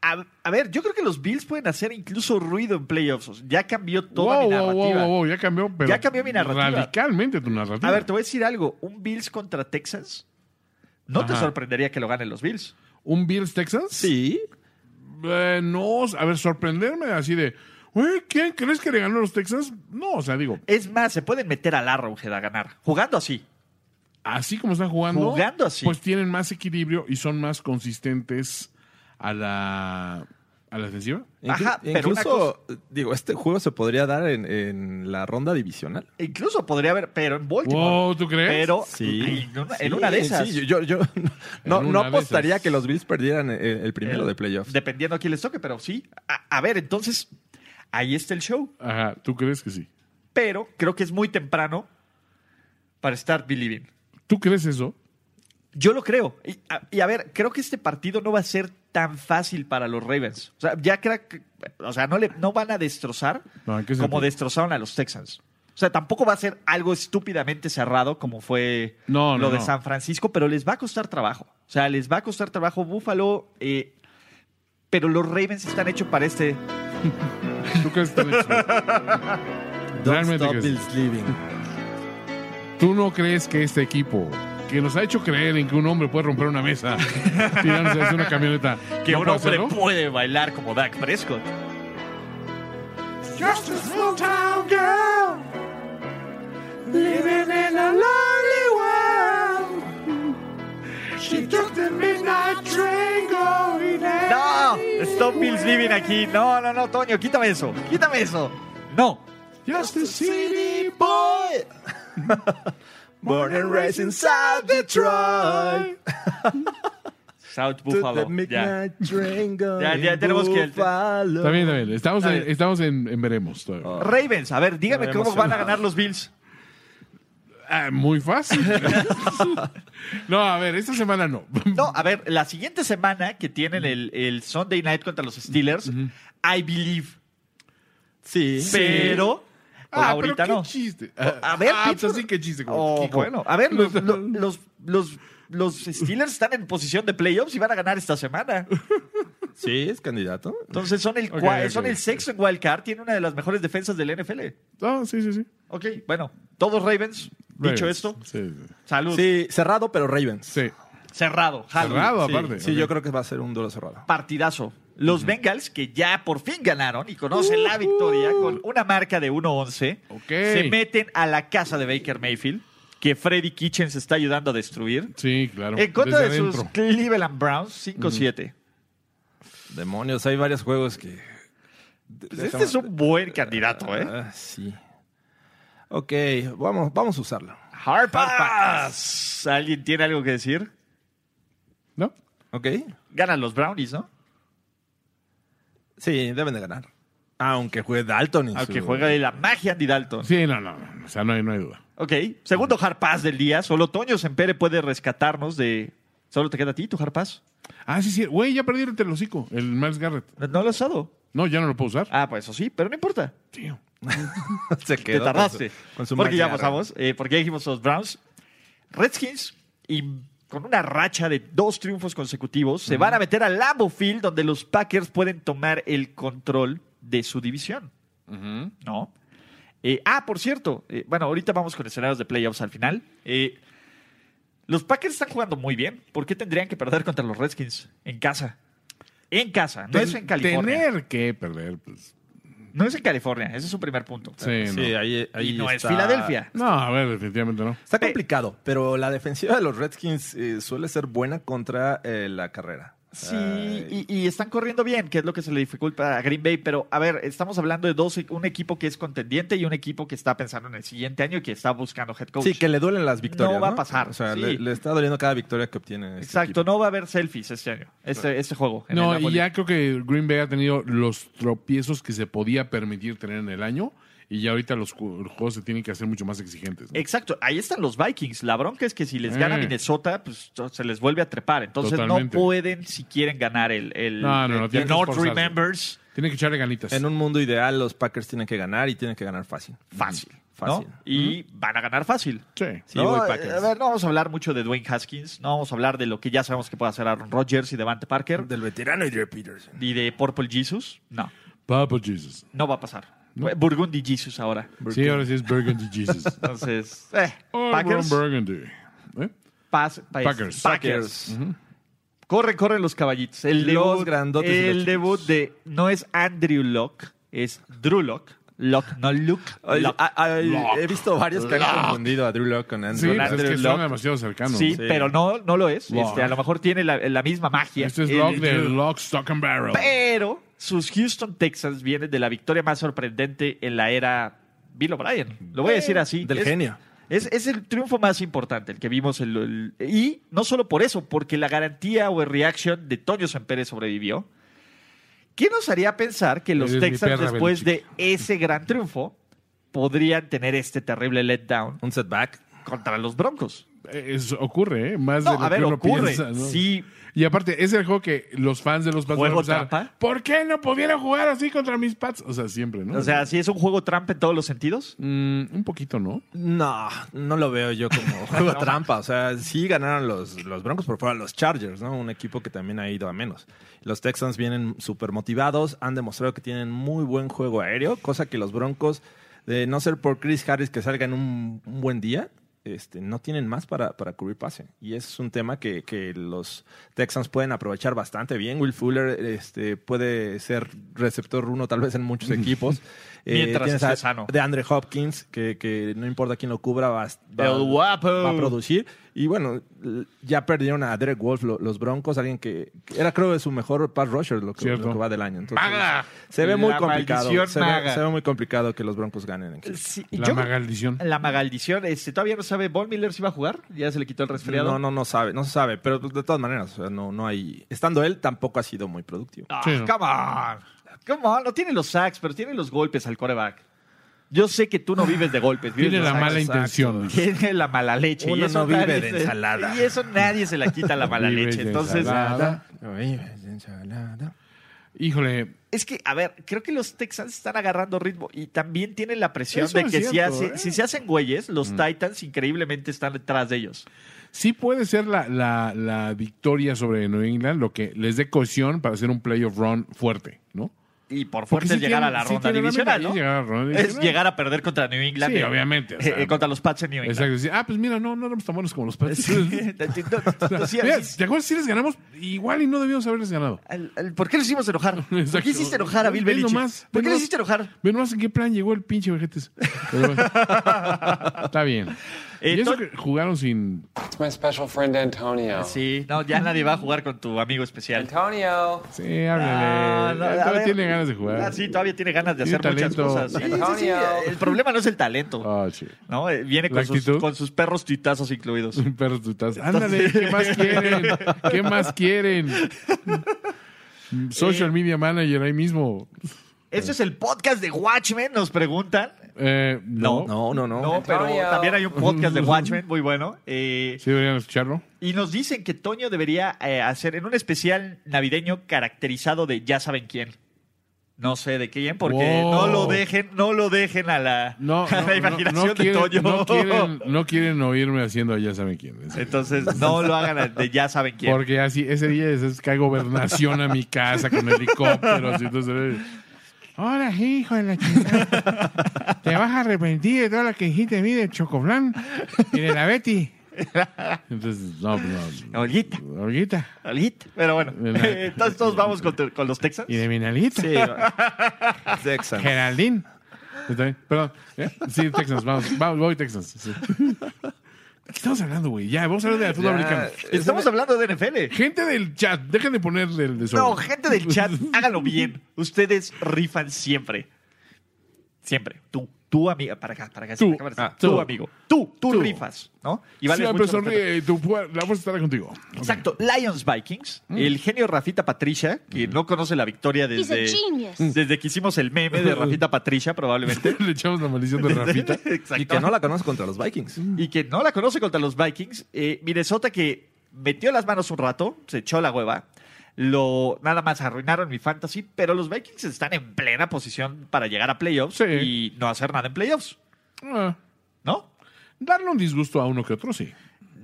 Speaker 1: a- a ver, yo creo que los Bills pueden hacer incluso ruido en playoffs. Ya cambió toda
Speaker 2: wow,
Speaker 1: mi
Speaker 2: wow,
Speaker 1: narrativa.
Speaker 2: wow, wow, ya cambió, pero
Speaker 1: Ya cambió mi narrativa.
Speaker 2: Radicalmente tu narrativa.
Speaker 1: A ver, te voy a decir algo. Un Bills contra Texas, no te
Speaker 2: Ajá.
Speaker 1: sorprendería que lo ganen los Bills.
Speaker 2: ¿Un Bills Texans?
Speaker 3: Sí.
Speaker 2: Eh, no, a ver, sorprenderme así de, "Güey, ¿quién crees que le ganó a los Texans? No, o sea, digo,
Speaker 1: Es más, se pueden meter al Arrowhead a ganar, jugando así.
Speaker 2: así como están jugando,
Speaker 1: Jugando así.
Speaker 2: pues tienen más equilibrio y son más consistentes a la, a la defensiva.
Speaker 1: Ajá,
Speaker 3: Inclu-
Speaker 1: pero una
Speaker 3: incluso, digo, este juego se podría dar en, en la ronda divisional.
Speaker 1: E Incluso podría haber, pero en Baltimore.
Speaker 2: Wow, ¿tú crees?
Speaker 1: Pero
Speaker 3: Sí.
Speaker 1: en, una, en
Speaker 3: Sí,
Speaker 1: una de esas.
Speaker 3: sí, yo, yo- yo no,
Speaker 2: En
Speaker 3: no
Speaker 2: una de
Speaker 3: apostaría
Speaker 2: esas.
Speaker 3: que los Bills perdieran el, el primero
Speaker 1: Eh,
Speaker 3: de playoffs.
Speaker 1: Dependiendo a quién les toque, pero sí. A, a ver, entonces, ahí está el show.
Speaker 2: Ajá, ¿tú crees que sí?
Speaker 1: Pero creo que es muy temprano para estar believing.
Speaker 2: ¿Tú crees eso?
Speaker 1: Yo lo creo. Y a, y a ver, creo que este partido no va a ser tan fácil para los Ravens. O sea, ya creo que- o sea, no, le, no van a destrozar
Speaker 2: No, ¿en qué sentido?
Speaker 1: como destrozaron a los Texans. O sea, tampoco va a ser algo estúpidamente cerrado como fue
Speaker 2: No, no,
Speaker 1: lo de
Speaker 2: no.
Speaker 1: San Francisco, pero les va a costar trabajo. O sea, les va a costar trabajo Buffalo, eh, pero los Ravens están hechos para este.
Speaker 2: ¿Tú crees que están hechos? Realmente que sí.
Speaker 3: leaving.
Speaker 2: ¿Tú no crees que este equipo que nos ha hecho creer en que un hombre puede romper una mesa tirándose hacia una camioneta
Speaker 1: Que
Speaker 2: ¿no
Speaker 1: un
Speaker 2: puede
Speaker 1: hombre
Speaker 2: hacerlo?
Speaker 1: puede bailar como Dak Prescott. No, stop Bills living aquí. No, no, no, Toño, quítame eso. Quítame eso. No.
Speaker 2: Just a city
Speaker 3: boy. Born and raised in South Detroit.
Speaker 1: South
Speaker 3: To
Speaker 1: Buffalo.
Speaker 3: the
Speaker 1: Ya.
Speaker 3: midnight train going
Speaker 1: Ya, ya tenemos que-
Speaker 3: Buffalo.
Speaker 2: Está bien, está bien. Estamos,
Speaker 1: Está
Speaker 2: en,
Speaker 1: bien.
Speaker 2: estamos en, en veremos todavía.
Speaker 1: Ravens, a ver, dígame
Speaker 3: Estoy
Speaker 1: cómo van a
Speaker 3: emocionado.
Speaker 1: ganar los Bills.
Speaker 2: Ah, muy fácil. no, a ver, esta semana no.
Speaker 1: No, a ver, la siguiente semana que tienen el, el Sunday Night contra los Steelers, I believe.
Speaker 3: Sí.
Speaker 1: Pero
Speaker 2: Ah,
Speaker 1: ahorita
Speaker 2: pero qué
Speaker 1: no.
Speaker 2: chiste.
Speaker 1: A ver,
Speaker 2: ah, pues
Speaker 1: Pittsburgh-
Speaker 2: así que chiste. como
Speaker 1: Oh,
Speaker 2: Kiko.
Speaker 1: bueno, a ver, los, lo- los, los, los Steelers están en posición de playoffs y van a ganar esta semana.
Speaker 3: Sí, es candidato.
Speaker 1: Entonces son el,
Speaker 2: Ok,
Speaker 1: cua-
Speaker 2: ok.
Speaker 1: son el sexto en Wild Card, tiene una de las mejores defensas del NFL.
Speaker 2: Ah, sí, sí, sí.
Speaker 1: Ok, bueno, todos Ravens. Dicho
Speaker 2: Ravens.
Speaker 1: esto,
Speaker 2: Sí, sí.
Speaker 1: salud.
Speaker 3: Sí, cerrado, pero Ravens.
Speaker 2: Sí.
Speaker 1: Cerrado, Ah. Halloween.
Speaker 2: Cerrado,
Speaker 3: Sí,
Speaker 2: aparte.
Speaker 3: sí,
Speaker 2: Ok.
Speaker 3: yo creo que va a ser un duelo cerrado.
Speaker 1: Partidazo. Los Bengals, que ya por fin ganaron y conocen la victoria con una marca de 1-11,
Speaker 2: Ok.
Speaker 1: se meten a la casa de Baker Mayfield, que Freddy Kitchens está ayudando a destruir.
Speaker 2: Sí, claro.
Speaker 1: En contra de
Speaker 2: Desde
Speaker 1: sus
Speaker 2: adentro.
Speaker 1: Cleveland Browns, 5-7.
Speaker 3: Demonios, hay varios juegos que.
Speaker 1: Pues este es un buen candidato, ¿eh?
Speaker 3: Ah, sí. Ok, vamos, vamos a usarlo.
Speaker 1: Hard pass. ¿Alguien tiene algo que decir?
Speaker 2: ¿No?
Speaker 3: Ok.
Speaker 1: Ganan los Brownies, ¿no?
Speaker 3: Sí, deben de ganar. Aunque juegue Dalton. y
Speaker 1: Aunque
Speaker 3: su-
Speaker 1: juega de la magia de Dalton.
Speaker 2: Sí, no, no. no. O sea, no hay, no hay duda.
Speaker 1: Ok. Segundo hard pass del día. Solo Toño Sempere puede rescatarnos de. Solo te queda a ti tu hard pass.
Speaker 2: Ah, sí, sí. Güey, ya perdí el telocico, el Miles Garrett.
Speaker 1: No- No lo has dado.
Speaker 2: No, ya no lo puedo usar.
Speaker 1: Ah, pues eso sí, pero no importa.
Speaker 2: Tío.
Speaker 3: Se
Speaker 1: Te
Speaker 3: quedó con su-
Speaker 1: tardaste.
Speaker 3: con su
Speaker 1: porque ya
Speaker 3: maquillaje.
Speaker 1: pasamos. eh, porque ya dijimos los Browns. Redskins y con una racha de dos triunfos consecutivos, se van a meter al Lambeau Field, donde los Packers pueden tomar el control de su división. ¿No? Eh, ah, por cierto, eh, bueno, ahorita vamos con escenarios de playoffs al final. Eh, los Packers están jugando muy bien. ¿Por qué tendrían que perder contra los Redskins en casa? En casa, no
Speaker 2: Ten-
Speaker 1: es en California.
Speaker 2: Tener que perder, pues.
Speaker 1: No es en California, ese es su primer punto.
Speaker 2: Sí, no.
Speaker 3: ahí,
Speaker 1: y no es Filadelfia.
Speaker 2: No, a ver, definitivamente no.
Speaker 3: Está complicado, pero la defensiva de los Redskins eh, suele ser buena contra eh, la carrera. O sea, eh,
Speaker 1: Sí, y, y están corriendo bien, que es lo que se le dificulta a Green Bay, pero a ver, estamos hablando de dos, un equipo que es contendiente y un equipo que está pensando en el siguiente año y que está buscando head coach.
Speaker 3: Sí, que le duelen las victorias.
Speaker 1: No va a pasar,
Speaker 3: O sea,
Speaker 1: sí.
Speaker 3: le, le está doliendo cada victoria que obtiene. este
Speaker 1: Exacto,
Speaker 3: equipo.
Speaker 1: no va a haber selfies este año, este, este juego. en
Speaker 2: No,
Speaker 1: el
Speaker 2: y
Speaker 1: Napoli.
Speaker 2: ya creo que Green Bay ha tenido los tropiezos que se podía permitir tener en el año y ya ahorita los ju- juegos se tienen que hacer mucho más exigentes. ¿no?
Speaker 1: Exacto, ahí están los Vikings. La bronca es que si les
Speaker 2: Eh.
Speaker 1: gana Minnesota, pues to- se les vuelve a trepar. Entonces
Speaker 2: Totalmente.
Speaker 1: no pueden si quieren ganar el, el,
Speaker 2: No, no, no,
Speaker 1: el
Speaker 2: tienen que
Speaker 1: North
Speaker 2: esforzarse.
Speaker 1: Remembers
Speaker 2: Tienen que echarle ganitas.
Speaker 1: pues
Speaker 3: En un mundo ideal, los Packers tienen que ganar y tienen que ganar fácil.
Speaker 1: Mm. fácil. ¿no?
Speaker 3: Fácil.
Speaker 1: Y van a ganar fácil.
Speaker 2: Sí.
Speaker 1: Sí,
Speaker 3: No,
Speaker 1: voy
Speaker 3: eh,
Speaker 1: Packers.
Speaker 3: a
Speaker 1: A ver, no vamos a hablar mucho de Dwayne Haskins, no vamos a hablar de lo que ya sabemos que puede hacer Aaron Rodgers y Devante Parker
Speaker 3: Del veterano Adrian Peterson.
Speaker 1: y de Purple Jesus. No,
Speaker 2: Papa Jesus.
Speaker 1: no va a pasar. Burgundy Jesus ahora.
Speaker 2: Sí, ahora sí es Burgundy Jesus.
Speaker 1: Entonces, eh,
Speaker 2: Oh,
Speaker 1: Packers,
Speaker 2: Ron Burgundy. ¿Eh?
Speaker 1: pas- pa-
Speaker 2: Packers.
Speaker 1: Packers.
Speaker 3: Packers.
Speaker 1: Corren, corren los caballitos. El
Speaker 3: Los
Speaker 1: debut,
Speaker 3: grandotes y los
Speaker 1: El
Speaker 3: chicos.
Speaker 1: debut de no es Andrew Locke, es Drew Locke. Locke, no Luke.
Speaker 3: Ay,
Speaker 1: Locke.
Speaker 3: ay, ay,
Speaker 2: Lock.
Speaker 3: he visto varios que han confundido a Drew Locke con
Speaker 2: Sí,
Speaker 3: Andrew.
Speaker 2: pues es
Speaker 1: Andrew
Speaker 2: que son
Speaker 1: Luck.
Speaker 2: demasiado cercanos.
Speaker 1: Sí,
Speaker 3: sí.
Speaker 1: pero no, no lo es.
Speaker 2: Locke.
Speaker 1: Este, a lo mejor tiene la, la misma magia.
Speaker 2: Este es
Speaker 1: El
Speaker 2: Lock de
Speaker 1: Drew
Speaker 2: Lock, Stock and Barrel.
Speaker 1: Pero sus Houston Texans vienen de la victoria más sorprendente en la era Bill O'Brien. Lo voy a
Speaker 2: Eh,
Speaker 1: decir así.
Speaker 3: Del
Speaker 1: Es-
Speaker 3: genio.
Speaker 1: Es, es el triunfo más importante, el que vimos. el- el- y no solo por eso, porque la garantía o el reaction de Toño Sempere sobrevivió. ¿Qué nos haría pensar que los
Speaker 2: Eres mi
Speaker 1: Texans,
Speaker 2: perra,
Speaker 1: después de ese gran triunfo, podrían tener este terrible letdown
Speaker 3: Un setback.
Speaker 1: contra los Broncos?
Speaker 2: Eh, eso ocurre, ¿eh? Más de
Speaker 1: No,
Speaker 2: lo
Speaker 1: a ver,
Speaker 2: que uno
Speaker 1: ocurre.
Speaker 2: piensa, ¿no?
Speaker 1: Sí,
Speaker 2: Y aparte, es el juego que los fans de los Pats
Speaker 1: ¿Juego
Speaker 2: van a pensar,
Speaker 1: trampa?
Speaker 2: ¿Por qué no pudieron jugar así contra mis Pats? O sea, siempre, ¿no?
Speaker 1: o sea, sí es un juego trampa en todos los sentidos.
Speaker 2: Mm, un poquito, ¿no?
Speaker 3: No, no lo veo yo como juego trampa. O sea, sí ganaron los, los Broncos, pero fueron los Chargers, ¿no? Un equipo que también ha ido a menos. Los Texans vienen súper motivados, han demostrado que tienen muy buen juego aéreo, cosa que los Broncos, de no ser por Chris Harris que salga en un, un buen día, este, no tienen más para, para cubrir pase. Y ese es un tema que, que los Texans pueden aprovechar bastante bien. Will Fuller este, puede ser receptor uno tal vez en muchos equipos. Eh,
Speaker 1: Mientras
Speaker 3: tienes
Speaker 1: esté
Speaker 3: a-
Speaker 1: sano.
Speaker 3: de Andre Hopkins, que, que no importa quién lo cubra, va, a- va-
Speaker 1: El guapo.
Speaker 3: va a producir. Y bueno, l- ya perdieron a Derek Wolf, lo- los Broncos, alguien que que era creo de su mejor pass rusher lo que,
Speaker 2: Cierto.
Speaker 3: lo que va del año. Entonces,
Speaker 1: Maga.
Speaker 3: Se ve muy
Speaker 1: La
Speaker 3: complicado.
Speaker 1: maldición
Speaker 3: Se ve,
Speaker 1: maga.
Speaker 3: se ve muy complicado que los Broncos ganen. en Houston.
Speaker 1: Sí,
Speaker 2: La
Speaker 1: yo-
Speaker 2: magaldición.
Speaker 1: La magaldición, este, todavía no sabe Von Miller si va a jugar, ya se le quitó el resfriado.
Speaker 3: No, no, no sabe, no se sabe, pero de todas maneras, o sea, no, no hay. Estando él, tampoco ha sido muy productivo.
Speaker 1: Ah,
Speaker 2: Sí, no.
Speaker 1: Come on. Come on, no tiene los sacks, pero tiene los golpes al coreback. Yo sé que tú no vives de golpes, vives
Speaker 2: Tiene
Speaker 1: de
Speaker 2: la
Speaker 1: sacks.
Speaker 2: mala intención.
Speaker 1: Tiene la mala leche.
Speaker 3: Uno no vive
Speaker 1: nadie
Speaker 3: de
Speaker 1: se-
Speaker 3: ensalada.
Speaker 1: Y eso nadie se la quita la mala
Speaker 2: Vive
Speaker 1: leche.
Speaker 2: de
Speaker 1: Entonces,
Speaker 2: ensalada. Híjole,
Speaker 1: es que, a ver, creo que los Texans están agarrando ritmo y también tienen la presión
Speaker 2: Eso
Speaker 1: de
Speaker 2: es
Speaker 1: que si,
Speaker 2: cierto,
Speaker 1: hace-
Speaker 2: ¿eh?
Speaker 1: si se hacen güeyes, los
Speaker 3: Mm.
Speaker 1: Titans increíblemente están detrás de ellos.
Speaker 2: sí puede ser la, la- la victoria sobre New England lo que les dé cohesión para hacer un playoff run fuerte, ¿no?
Speaker 1: Y por
Speaker 2: Porque
Speaker 1: fuerte
Speaker 2: sí
Speaker 1: es llegar
Speaker 2: tienen-
Speaker 1: a la
Speaker 2: sí
Speaker 1: ronda
Speaker 2: tienen la
Speaker 1: divisional,
Speaker 2: meta,
Speaker 1: ¿no?
Speaker 2: es llegar a la ronda
Speaker 1: Es
Speaker 2: divisional.
Speaker 1: llegar a perder contra New England.
Speaker 2: Sí,
Speaker 1: eh,
Speaker 2: obviamente, o sea,
Speaker 1: eh, contra los Pats en New England.
Speaker 2: Exacto. sí, ah, pues mira, no, no éramos tan buenos como los Pats.
Speaker 1: Sí, no, no, no, sí,
Speaker 2: Mira,
Speaker 1: sí,
Speaker 2: ¿Te acuerdas si les ganamos? Igual y no debíamos haberles ganado.
Speaker 1: al- al- ¿Por qué nos hicimos enojar? ¿Por
Speaker 2: Exacto.
Speaker 1: qué hiciste enojar a Bill
Speaker 2: Ve
Speaker 1: Belichick?
Speaker 2: nomás, ve
Speaker 1: ¿Por qué le
Speaker 2: nomás.
Speaker 1: hiciste enojar?
Speaker 2: Ve nomás en qué plan llegó el pinche vejetes. Pero bueno, está bien.
Speaker 1: Eh,
Speaker 2: y eso
Speaker 1: Ton-
Speaker 2: que jugaron sin...
Speaker 5: It's my special friend Antonio.
Speaker 1: Sí, no, ya nadie va a jugar con tu amigo especial.
Speaker 5: Antonio.
Speaker 2: Sí, háblale.
Speaker 1: Ah, no, a
Speaker 2: Eh, Todavía
Speaker 1: ver.
Speaker 2: tiene ganas de jugar.
Speaker 1: Ah, sí, todavía tiene ganas de
Speaker 2: Tiene
Speaker 1: hacer
Speaker 2: talento.
Speaker 1: muchas cosas. Sí, sí, sí,
Speaker 5: Antonio.
Speaker 1: El problema no es el talento,
Speaker 2: Ah, sí.
Speaker 1: ¿no? Eh, Viene
Speaker 2: La
Speaker 1: con sus,
Speaker 2: actitud.
Speaker 1: con sus perros tuitazos incluidos.
Speaker 2: Un perro tuitazo. Ándale, ¿qué más quieren? ¿Qué más quieren? Social Media Manager ahí mismo.
Speaker 1: ¿Este es el podcast de Watchmen? Nos preguntan.
Speaker 2: Eh, no.
Speaker 3: No, no, no.
Speaker 1: No, pero
Speaker 5: Antonio.
Speaker 1: también hay un podcast de Watchmen muy bueno. Eh,
Speaker 2: ¿Sí deberían escucharlo?
Speaker 1: Y nos dicen que Toño debería eh, hacer en un especial navideño caracterizado de ya saben quién. No sé de quién, porque
Speaker 2: Wow.
Speaker 1: no lo dejen, no lo dejen a la,
Speaker 2: No,
Speaker 1: a
Speaker 2: no,
Speaker 1: la
Speaker 2: no, no
Speaker 1: imaginación de
Speaker 2: quieren,
Speaker 1: Toño.
Speaker 2: no quieren, no quieren oírme haciendo ya saben quién. es.
Speaker 1: Entonces, no lo hagan a- de ya saben quién.
Speaker 2: Porque así, ese día es, es que hay gobernación a mi casa con helicópteros. Y entonces, Hola, hijo de la chingada. Te vas a arrepentir de todo lo que dijiste de mí, de Chocoflan y de la Betty. Entonces, no, pues no.
Speaker 1: Olguita,
Speaker 2: Olguita.
Speaker 1: Olguita. Pero bueno,
Speaker 2: Verdad.
Speaker 1: entonces todos vamos con, te- con los Texans.
Speaker 2: Y de Minalita.
Speaker 3: Sí, Texan.
Speaker 2: Geraldine. Está bien, Perdón. ¿Eh? Sí, Texans. Vamos, vamos, voy Texans. Sí. ¿Qué estamos hablando, güey? Ya, vamos a hablar de fútbol
Speaker 3: Ah,
Speaker 2: americano.
Speaker 1: Estamos hablando de NFL.
Speaker 2: Gente del chat, dejen de poner del desorden.
Speaker 1: No, gente del chat, háganlo bien. Ustedes rifan siempre. Siempre. Tú, tú amiga, para acá, para acá. para
Speaker 2: Tú.
Speaker 1: acá, para acá.
Speaker 2: Ah, tú.
Speaker 1: tú amigo. Tú, tú,
Speaker 2: Tú.
Speaker 1: rifas, ¿no? Y vales
Speaker 2: Siempre
Speaker 1: mucho respeto.
Speaker 2: sonríe y eh, tu pu- la voz estará contigo. Ok. Mm.
Speaker 1: Exacto, Lions Vikings, el genio Rafita Patricia, que no conoce la victoria
Speaker 4: He's a
Speaker 1: desde,
Speaker 4: genius.
Speaker 2: Mm.
Speaker 1: desde que hicimos el meme de Rafita Patricia, probablemente.
Speaker 2: Le echamos la maldición de Rafita.
Speaker 1: Exacto.
Speaker 3: Y que no la conoce contra los Vikings.
Speaker 1: y que no la conoce contra los Vikings. Eh, Minnesota que metió las manos un rato, se echó la hueva. Lo, nada más arruinaron mi fantasy, pero los Vikings están en plena posición para llegar a playoffs
Speaker 2: Sí.
Speaker 1: y no hacer nada en playoffs,
Speaker 2: Ah,
Speaker 1: ¿no?
Speaker 2: darle un disgusto a uno que otro, sí.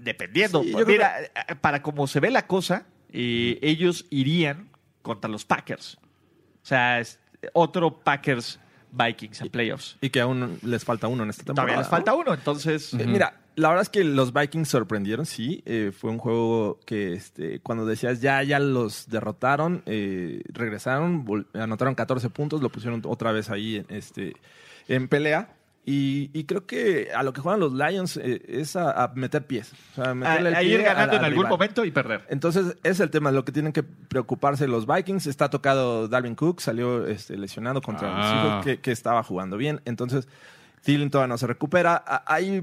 Speaker 1: Dependiendo.
Speaker 3: Sí, yo creo
Speaker 1: Mira, eh, para como se ve la cosa, eh, ellos irían contra los Packers. O sea, es otro Packers Vikings en playoffs.
Speaker 3: Y que aún les falta uno en esta temporada.
Speaker 1: Todavía les
Speaker 3: ¿no?
Speaker 1: falta uno, entonces.
Speaker 3: Eh, Mira, la verdad es que los Vikings sorprendieron, sí. Eh, fue un juego que este, cuando decías ya, ya los derrotaron, eh, regresaron, vol- anotaron 14 puntos, lo pusieron otra vez ahí en, este, en pelea. Y, y creo que a lo que juegan los Lions eh, es a, a meter pies. O sea,
Speaker 1: a,
Speaker 3: meterle el
Speaker 1: a
Speaker 3: pie
Speaker 1: ir
Speaker 3: a
Speaker 1: ganando
Speaker 3: la-
Speaker 1: en
Speaker 3: al
Speaker 1: algún
Speaker 3: rival.
Speaker 1: momento y perder.
Speaker 3: Entonces, ese es el tema, lo que tienen que preocuparse los Vikings. Está tocado Dalvin Cook, salió este, lesionado contra
Speaker 2: Ah.
Speaker 3: los Seahawks, que, que estaba jugando bien. Entonces, Thielen todavía no se recupera. A- hay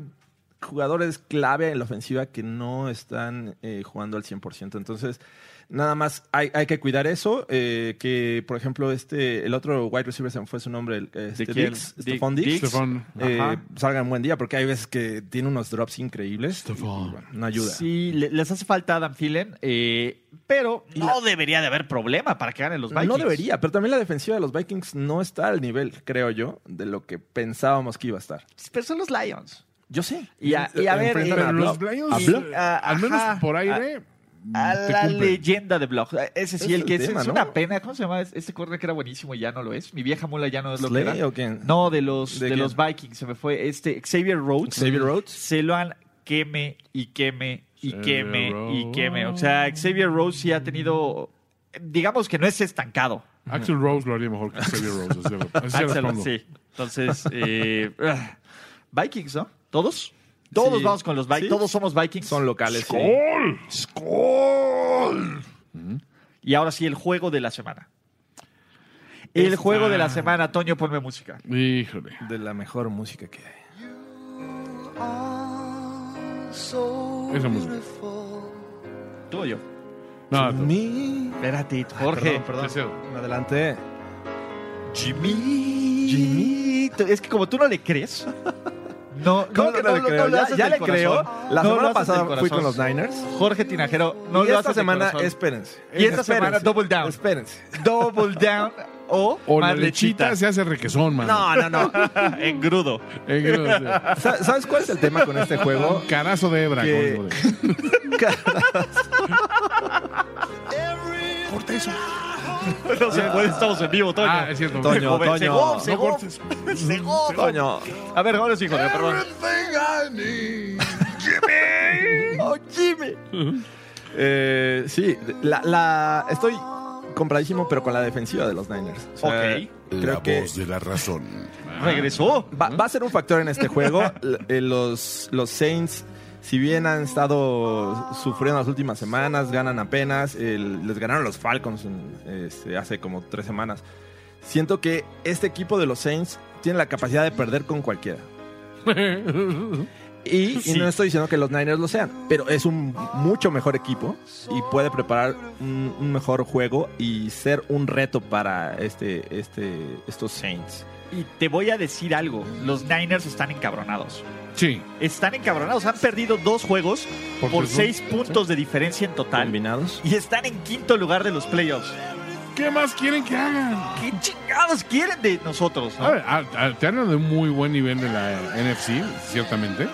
Speaker 3: jugadores clave en la ofensiva que no están eh, jugando al 100%. Entonces, nada más hay, hay que cuidar eso. eh, que, por ejemplo, este el otro wide receiver, se me fue su nombre, el- este,
Speaker 1: ¿De quién?
Speaker 3: Diggs,
Speaker 1: Dig-
Speaker 3: Stephon Diggs,
Speaker 1: Diggs.
Speaker 2: Stefan.
Speaker 3: eh,
Speaker 1: Ajá.
Speaker 3: salga en buen día, porque hay veces que tiene unos drops increíbles. y, bueno, no ayuda.
Speaker 1: Sí, le- les hace falta Adam Thielen, eh, pero no debería de haber problema para que ganen los Vikings.
Speaker 3: No debería, pero también la defensiva de los Vikings no está al nivel, creo yo, de lo que pensábamos que iba a estar.
Speaker 1: Pero son los Lions.
Speaker 3: Yo sé.
Speaker 1: Y a- y a ver,
Speaker 3: Enfrentan
Speaker 1: eh,
Speaker 3: a
Speaker 2: Pero los
Speaker 3: Blau-
Speaker 2: Lions,
Speaker 3: ¿Habló?
Speaker 2: eh,
Speaker 1: Ah,
Speaker 2: al menos
Speaker 1: ajá.
Speaker 2: por aire,
Speaker 1: A
Speaker 3: Mm,
Speaker 2: te
Speaker 1: la
Speaker 2: cumplen.
Speaker 1: leyenda de Blog. Ese sí,
Speaker 3: Es
Speaker 1: el que
Speaker 3: el
Speaker 1: es,
Speaker 3: tema,
Speaker 1: es
Speaker 3: ¿no?
Speaker 1: una pena. ¿Cómo se llama este corner que era buenísimo y ya no lo es? Mi vieja mula ya no es lo
Speaker 3: ¿Slay
Speaker 1: que era.
Speaker 3: o quién?
Speaker 1: No, de los,
Speaker 3: ¿De
Speaker 1: de
Speaker 3: quién?
Speaker 1: los Vikings. Se me fue este Xavier Rhodes.
Speaker 3: Xavier Rhodes.
Speaker 1: Se lo han queme y queme y
Speaker 2: Xavier
Speaker 1: queme y
Speaker 2: Rhodes.
Speaker 1: queme. O sea, Xavier Rhodes sí ha tenido... Digamos que no es estancado.
Speaker 2: Axel Rose lo haría mejor que Xavier Rose. así lo- así se las
Speaker 1: Axel,
Speaker 2: pongo.
Speaker 1: sí. Entonces, eh, ah, Vikings, ¿no? ¿Todos? Todos
Speaker 3: Sí.
Speaker 1: vamos con los Vikings.
Speaker 3: Sí.
Speaker 1: Todos somos Vikings.
Speaker 3: Son locales. eh, sí.
Speaker 1: Y ahora sí, el juego de la semana. El juego de la semana, Toño, ponme música.
Speaker 2: Híjole.
Speaker 3: De la mejor música que hay.
Speaker 2: Esa música.
Speaker 1: Tú o yo. Ah,
Speaker 2: No, no.
Speaker 3: Mi-
Speaker 1: Espérate, Jorge.
Speaker 2: Te cedo.
Speaker 3: Me adelanté.
Speaker 1: Jimmy. Jimmy. Es que como tú no le crees. No,
Speaker 3: ¿Cómo que no le creo? Ya- ya le creo. La semana pasada fui
Speaker 1: fui
Speaker 3: con los Niners.
Speaker 1: Jorge Tinajero, no
Speaker 3: y
Speaker 1: lo
Speaker 3: esta
Speaker 1: haces del
Speaker 3: semana,
Speaker 1: corazón.
Speaker 3: espérense.
Speaker 1: Y esta
Speaker 3: Espérense.
Speaker 1: semana, double down.
Speaker 3: Espérense.
Speaker 1: Double down o,
Speaker 2: O la
Speaker 1: más
Speaker 2: lechita se hace requesón, man.
Speaker 3: No, no, no.
Speaker 1: en grudo.
Speaker 2: Eh, que no, sí.
Speaker 3: Sa- ¿Sabes cuál es el tema con este juego?
Speaker 2: Carazo de hebra.
Speaker 3: Que-
Speaker 2: como digo, de-
Speaker 1: No se puede, estamos en vivo, Toño.
Speaker 2: Ah, es cierto.
Speaker 3: Toño,
Speaker 1: Joven,
Speaker 3: Toño.
Speaker 1: Segov,
Speaker 3: No
Speaker 1: Segov.
Speaker 2: cortes.
Speaker 1: Segov.
Speaker 3: Coño.
Speaker 1: A ver, ahora sí, Jorge, perdón.
Speaker 3: ¡Oh, Jimmy! Eh, sí, la, la- estoy compradísimo, pero con la defensiva de los Niners. O sea,
Speaker 1: Ok.
Speaker 6: La
Speaker 3: Creo que
Speaker 6: voz de la razón.
Speaker 1: Regresó.
Speaker 3: va, va a ser un factor en este juego. L- eh, los, los Saints, si bien han estado sufriendo las últimas semanas, ganan apenas. el- les ganaron los Falcons en, este, hace como tres semanas. Siento que este equipo de los Saints tiene la capacidad de perder con cualquiera. Y, y
Speaker 1: Sí.
Speaker 3: no estoy diciendo que los Niners lo sean, pero es un mucho mejor equipo y puede preparar un, un mejor juego y ser un reto para este, este, estos Saints.
Speaker 1: Y te voy a decir algo. Los Niners están encabronados.
Speaker 2: Sí.
Speaker 1: Están encabronados. Han perdido dos juegos
Speaker 2: Por
Speaker 1: por
Speaker 2: tres
Speaker 1: seis puntos de diferencia en total.
Speaker 3: Combinados.
Speaker 1: Y están en quinto lugar de los playoffs.
Speaker 2: ¿Qué más quieren que hagan?
Speaker 1: ¿Qué chingados quieren de nosotros? no?
Speaker 2: A ver, a- a- te hablan de un muy buen nivel de la NFC, ciertamente.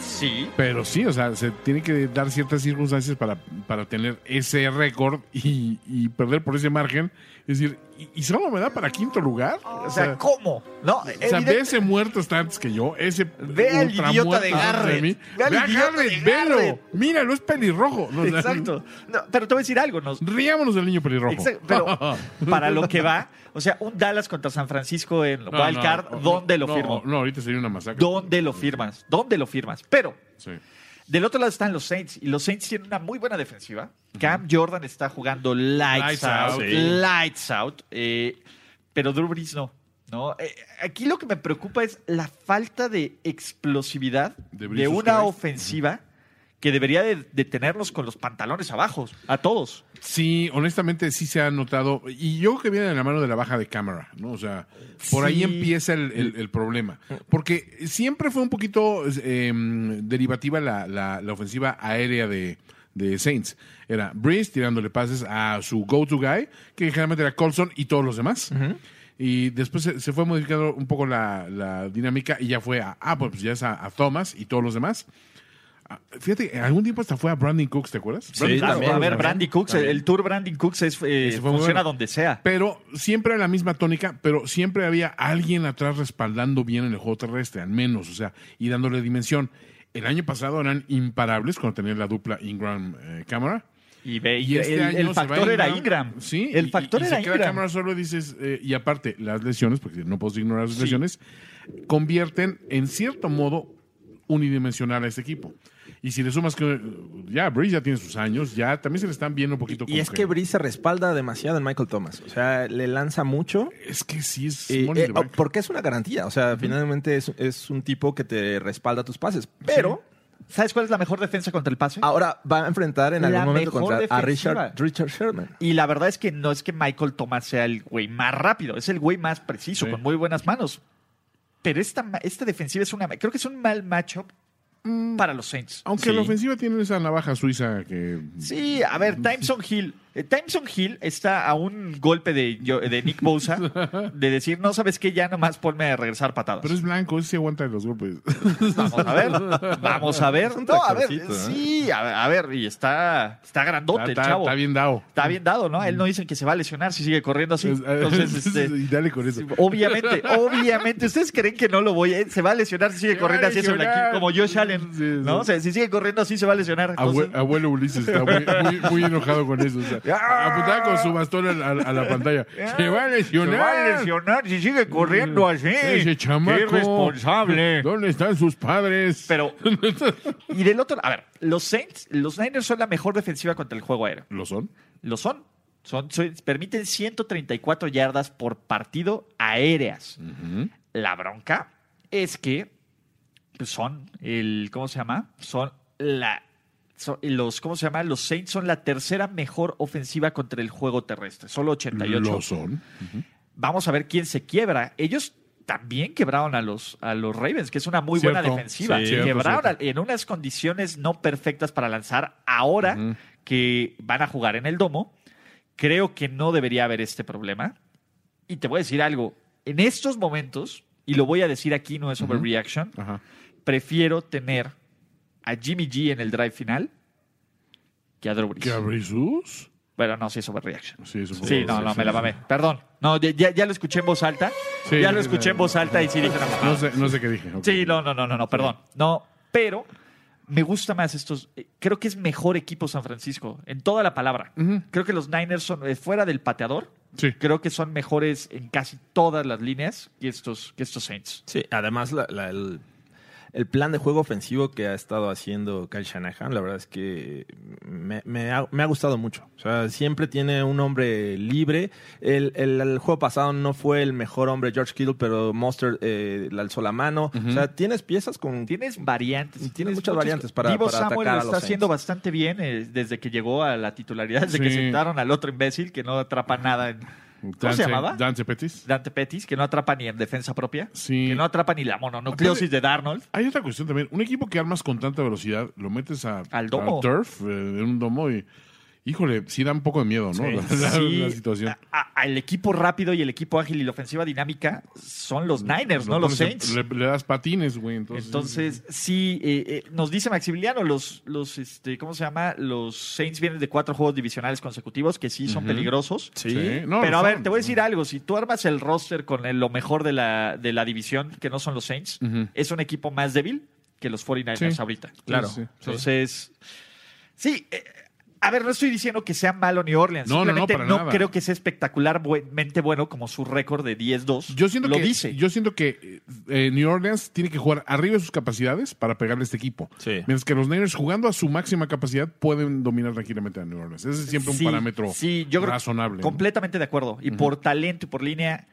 Speaker 1: Sí.
Speaker 2: Pero sí, o sea, se tiene que dar ciertas circunstancias para, para tener ese récord y, y perder por ese margen. Es decir, ¿y, y solo me da para quinto lugar?
Speaker 1: O sea, ¿cómo? No,
Speaker 2: O sea, ve
Speaker 1: evidente-
Speaker 2: ese muerto está antes que yo. Ese
Speaker 1: Ve al
Speaker 2: ultramuerto
Speaker 1: idiota de
Speaker 2: está antes
Speaker 1: Garrett.
Speaker 2: mí.
Speaker 1: Ve al
Speaker 2: Ve a
Speaker 1: idiota de
Speaker 2: Garrett, velo.
Speaker 1: Garrett.
Speaker 2: Míralo, es pelirrojo. O sea,
Speaker 1: Exacto. No, pero te voy a decir algo, nos,
Speaker 2: Riámonos del niño pelirrojo.
Speaker 1: Exacto, pero para lo que va, o sea, un Dallas contra San Francisco en
Speaker 2: No,
Speaker 1: Wild
Speaker 2: no,
Speaker 1: Card,
Speaker 2: no,
Speaker 1: ¿dónde lo
Speaker 2: no,
Speaker 1: firmo?
Speaker 2: No, ahorita sería una masacre.
Speaker 1: ¿Dónde lo firmas? ¿Dónde lo firmas? Pero
Speaker 2: Sí.
Speaker 1: del otro lado están los Saints y los Saints tienen una muy buena defensiva. Cam Jordan está jugando lights,
Speaker 2: Lights
Speaker 1: out,
Speaker 2: out, sí.
Speaker 1: lights out, eh, pero Drew Brees no. ¿no? Eh, aquí lo que me preocupa es la falta de explosividad
Speaker 2: De
Speaker 1: de,
Speaker 2: Brees
Speaker 1: una
Speaker 2: Christ.
Speaker 1: ofensiva que debería de, de tenerlos con los pantalones abajo, a todos.
Speaker 2: Sí, honestamente sí se ha notado. Y yo creo que viene de la mano de la baja de cámara, ¿no? O sea, por ahí
Speaker 1: Sí.
Speaker 2: empieza el, el- el problema. Porque siempre fue un poquito eh, derivativa la, la- la ofensiva aérea de, de Saints. Era Breeze tirándole pases a su go-to guy, que generalmente era Colson y todos los demás. Y después se, se fue modificando un poco la, la dinámica y ya fue a, ah, pues ya es a, a Thomas y todos los demás. Ah, Fíjate, algún tiempo hasta fue a Brandon Cooks, ¿te acuerdas?
Speaker 3: Sí,
Speaker 1: Ah,
Speaker 3: también.
Speaker 1: a ver, Brandy Cooks, el tour Brandy Cooks es, eh,
Speaker 2: Ese fue muy
Speaker 1: funciona
Speaker 2: bueno.
Speaker 1: donde sea.
Speaker 2: Pero siempre era la misma tónica, pero siempre había alguien atrás respaldando bien el juego terrestre, al menos, o sea, y dándole dimensión. El año pasado eran imparables cuando tenían la dupla Ingram eh, cámara.
Speaker 1: Y ve,
Speaker 2: Y
Speaker 1: y
Speaker 2: este
Speaker 1: el,
Speaker 2: año
Speaker 1: el
Speaker 2: se va
Speaker 1: factor era Ingram.
Speaker 2: Sí,
Speaker 1: el
Speaker 2: y-
Speaker 1: factor
Speaker 2: y- y
Speaker 1: era
Speaker 2: se queda
Speaker 1: Ingram.
Speaker 2: cámara solo y dices, eh, y aparte, las lesiones, porque no puedo ignorar las
Speaker 1: Sí.
Speaker 2: lesiones, convierten en cierto modo unidimensional a este equipo. Y si le sumas que eh, ya Breeze ya tiene sus años, ya también se le están viendo un poquito
Speaker 3: Y
Speaker 2: como
Speaker 3: es que Breeze se respalda demasiado en Michael Thomas. O sea, le lanza mucho.
Speaker 2: es que sí es
Speaker 3: eh,
Speaker 2: money
Speaker 3: eh,
Speaker 2: in the bank.
Speaker 3: porque es una garantía. O sea, finalmente es, es un tipo que te respalda tus pases. Pero
Speaker 1: ¿Sabes cuál es la mejor defensa contra el pase?
Speaker 3: ahora va a enfrentar en
Speaker 1: La
Speaker 3: algún momento
Speaker 1: mejor
Speaker 3: contra a
Speaker 1: defensiva.
Speaker 3: Richard, Richard Sherman.
Speaker 1: Y la verdad es que no es que Michael Thomas sea el güey más rápido, es el güey más preciso,
Speaker 2: Sí.
Speaker 1: con muy buenas manos. Pero esta, ma- esta defensiva es una. Creo que es un mal matchup para los Saints.
Speaker 2: Aunque
Speaker 1: Sí.
Speaker 2: la ofensiva tiene esa navaja suiza que.
Speaker 1: Sí, a ver, Timeson Hill. Eh, Timeson Hill está a un golpe de, yo- de Nick Bosa de decir, no sabes qué, ya nomás ponme a regresar patadas.
Speaker 2: Pero es blanco, ese sí aguanta los golpes.
Speaker 1: Vamos a ver, vamos a ver.
Speaker 3: un
Speaker 1: No, a ver,
Speaker 3: tractorcito, ¿eh?
Speaker 1: sí, a ver, a ver, y está, está grandote el
Speaker 2: está,
Speaker 1: chavo.
Speaker 2: está bien dado.
Speaker 1: Está bien dado, ¿no? A él no dicen que se va a lesionar si sigue corriendo así.
Speaker 2: Es-
Speaker 1: Entonces, este,
Speaker 2: y dale con eso.
Speaker 1: obviamente, obviamente, ¿ustedes creen que no lo voy a, se va a lesionar si sigue
Speaker 2: Se va
Speaker 1: corriendo
Speaker 2: a
Speaker 1: así ese
Speaker 2: lesionar.
Speaker 1: blanquín, como Josh
Speaker 2: Sí, sí.
Speaker 1: Allen, ¿no? O sea, si sigue corriendo así se va a lesionar.
Speaker 2: Abue-
Speaker 1: Entonces,
Speaker 2: abuelo Ulises está muy, muy- muy enojado con eso. o sea,
Speaker 1: Ah.
Speaker 2: apuntaba con su bastón a, la- a la pantalla. Se va a lesionar.
Speaker 1: se va a lesionar si sigue corriendo así.
Speaker 2: Ese chamaco.
Speaker 1: ¡Qué irresponsable!
Speaker 2: ¿Dónde están sus padres?
Speaker 1: Pero, y del otro, a ver, los Saints, los Niners son la mejor defensiva contra el juego aéreo.
Speaker 2: ¿Lo son?
Speaker 1: Lo son. Son, son- permiten 134 yardas por partido aéreas. La bronca es que pues, son el ¿cómo se llama? Son la son los ¿cómo se llama? Los Saints son la tercera mejor ofensiva contra el juego terrestre, solo 88.
Speaker 2: Lo son.
Speaker 1: Vamos a ver quién se quiebra. Ellos también quebraron a los, a los Ravens, que es una muy
Speaker 2: Cierto.
Speaker 1: buena defensiva.
Speaker 2: Sí,
Speaker 1: Se
Speaker 2: cierto,
Speaker 1: quebraron a- en unas condiciones no perfectas para lanzar ahora que van a jugar en el domo. Creo que no debería haber este problema. Y te voy a decir algo. En estos momentos, y lo voy a decir aquí, no es overreaction,
Speaker 2: Ajá.
Speaker 1: prefiero tener a Jimmy G en el drive final que a Drew Brees.
Speaker 2: ¿Qué abrisus?
Speaker 1: Pero no, sí es overreaction.
Speaker 2: Sí, eso fue-
Speaker 1: Sí, no, no, me la mamé. Perdón. No, ya- ya, ya lo escuché en voz alta.
Speaker 2: Sí,
Speaker 1: ya lo
Speaker 2: sí,
Speaker 1: escuché
Speaker 2: sí.
Speaker 1: en voz alta y sí dije una mamada.
Speaker 2: No sé, no sé qué dije. ok.
Speaker 1: Sí, no, no, no, no, no, perdón. No, pero me gusta más estos. eh, Creo que es mejor equipo San Francisco, en toda la palabra. Creo que los Niners son, eh, fuera del pateador,
Speaker 2: Sí.
Speaker 1: creo que son mejores en casi todas las líneas que estos, que estos Saints.
Speaker 3: Sí, además la- la- el, el plan de juego ofensivo que ha estado haciendo Kyle Shanahan, la verdad es que me, me ha, me ha gustado mucho. O sea, siempre tiene un hombre libre. El, el- el juego pasado no fue el mejor hombre George Kittle, pero Monster eh, le alzó la mano. O sea, tienes piezas con...
Speaker 1: Tienes variantes.
Speaker 3: Tienes
Speaker 1: Tienes,
Speaker 3: muchas variantes para-
Speaker 1: Divo
Speaker 3: para
Speaker 1: Samuel
Speaker 3: atacar a
Speaker 1: lo
Speaker 3: los
Speaker 1: está haciendo
Speaker 3: Saints.
Speaker 1: bastante bien eh, desde que llegó a la titularidad, desde que
Speaker 2: Sí.
Speaker 1: sentaron al otro imbécil que no atrapa nada. En, ¿Cómo
Speaker 2: Dance-
Speaker 1: se llamaba?
Speaker 2: Dance Petis.
Speaker 1: Dante Pettis, que no atrapa ni en defensa propia,
Speaker 2: Sí.
Speaker 1: que no atrapa ni la mononucleosis de Darnold.
Speaker 2: Hay otra cuestión también. Un equipo que armas con tanta velocidad, lo metes a,
Speaker 1: Al domo.
Speaker 2: a turf, eh, en un domo, y, Híjole, sí da un poco de miedo, ¿no? La, la-
Speaker 1: Sí, Ah,
Speaker 2: la situación.
Speaker 1: a- a- al equipo rápido y el equipo ágil y la ofensiva dinámica son los Niners, no
Speaker 2: Lo
Speaker 1: los
Speaker 2: pones en-
Speaker 1: Saints.
Speaker 2: Le, le das patines, güey. Entonces,
Speaker 1: Entonces, sí, eh, eh, nos dice Maximiliano, los, los, este, ¿cómo se llama? Los Saints vienen de cuatro juegos divisionales consecutivos que sí son peligrosos.
Speaker 2: Sí, no,
Speaker 1: Pero
Speaker 2: lo
Speaker 1: a ver,
Speaker 2: son,
Speaker 1: te voy a
Speaker 2: ¿no?
Speaker 1: decir algo. Si tú armas el roster con el- lo mejor de la, de la división, que no son los Saints, es un equipo más débil que los 49ers
Speaker 2: Sí.
Speaker 1: ahorita.
Speaker 2: Claro. Sí, sí.
Speaker 1: Entonces, sí. eh, a ver, no estoy diciendo que sea malo New Orleans.
Speaker 2: No, no, no,
Speaker 1: Simplemente
Speaker 2: para nada.
Speaker 1: creo que sea espectacularmente bueno como su récord de 10-2.
Speaker 2: Yo siento
Speaker 1: lo
Speaker 2: que,
Speaker 1: dice.
Speaker 2: Yo siento que eh, New Orleans tiene que jugar arriba de sus capacidades para pegarle a este equipo.
Speaker 3: Sí.
Speaker 2: Mientras que los Niners, jugando a su máxima capacidad, pueden dominar tranquilamente a New Orleans. Ese es siempre un
Speaker 1: Sí,
Speaker 2: parámetro
Speaker 1: sí, yo creo que
Speaker 2: razonable. ¿no?
Speaker 1: Completamente de acuerdo. Y por talento y por línea,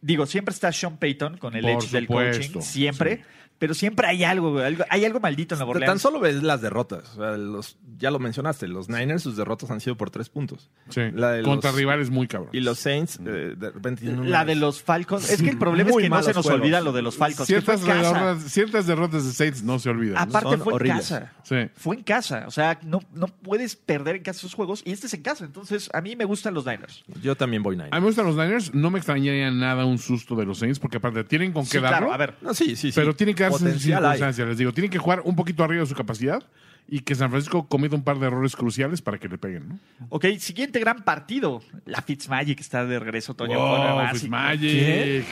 Speaker 1: digo, siempre está Sean Payton con el
Speaker 2: Por
Speaker 1: edge del
Speaker 2: supuesto,
Speaker 1: coaching, siempre. Pero siempre hay algo, güey, algo- hay algo maldito en la Orleans.
Speaker 3: Tan solo ves las derrotas. O sea, los, ya lo mencionaste, los Niners sus derrotas han sido por tres puntos.
Speaker 2: Sí.
Speaker 3: La de los-
Speaker 2: Contra rivales muy cabrones.
Speaker 3: Y los Saints, eh, de repente tienen una-
Speaker 1: La de los Falcons. Es que el problema es
Speaker 3: Muy
Speaker 1: que no se
Speaker 3: malos
Speaker 1: nos
Speaker 3: juegos.
Speaker 1: olvida lo de los Falcons. que fue
Speaker 2: Ciertas
Speaker 1: en casa.
Speaker 2: derrotas, ciertas derrotas de Saints no se olvidan. ¿no?
Speaker 1: Aparte
Speaker 3: Son
Speaker 1: fue en
Speaker 3: horribles.
Speaker 1: casa.
Speaker 2: Sí.
Speaker 1: Fue en casa. O sea, no, no puedes perder en casa esos juegos. Y este es en casa. Entonces, a mí me gustan los Niners.
Speaker 3: Yo también voy
Speaker 2: A mí
Speaker 3: Niners.
Speaker 2: me gustan los Niners. No me extrañaría nada un susto de los Saints, porque aparte tienen con
Speaker 1: Sí,
Speaker 2: qué darlo.
Speaker 1: claro. A ver,
Speaker 3: No, sí, sí, sí.
Speaker 2: Pero tienen que darse en
Speaker 3: Potencial hay.
Speaker 2: circunstancias. Les digo, tienen que jugar un poquito arriba de su capacidad y que San Francisco cometa un par de errores cruciales para que le peguen. ¿no?
Speaker 1: ok, siguiente gran partido. La Fitzmagic está de regreso, Toño.
Speaker 2: Wow,
Speaker 1: con Ramasi.
Speaker 2: Oh, Fitzmagic.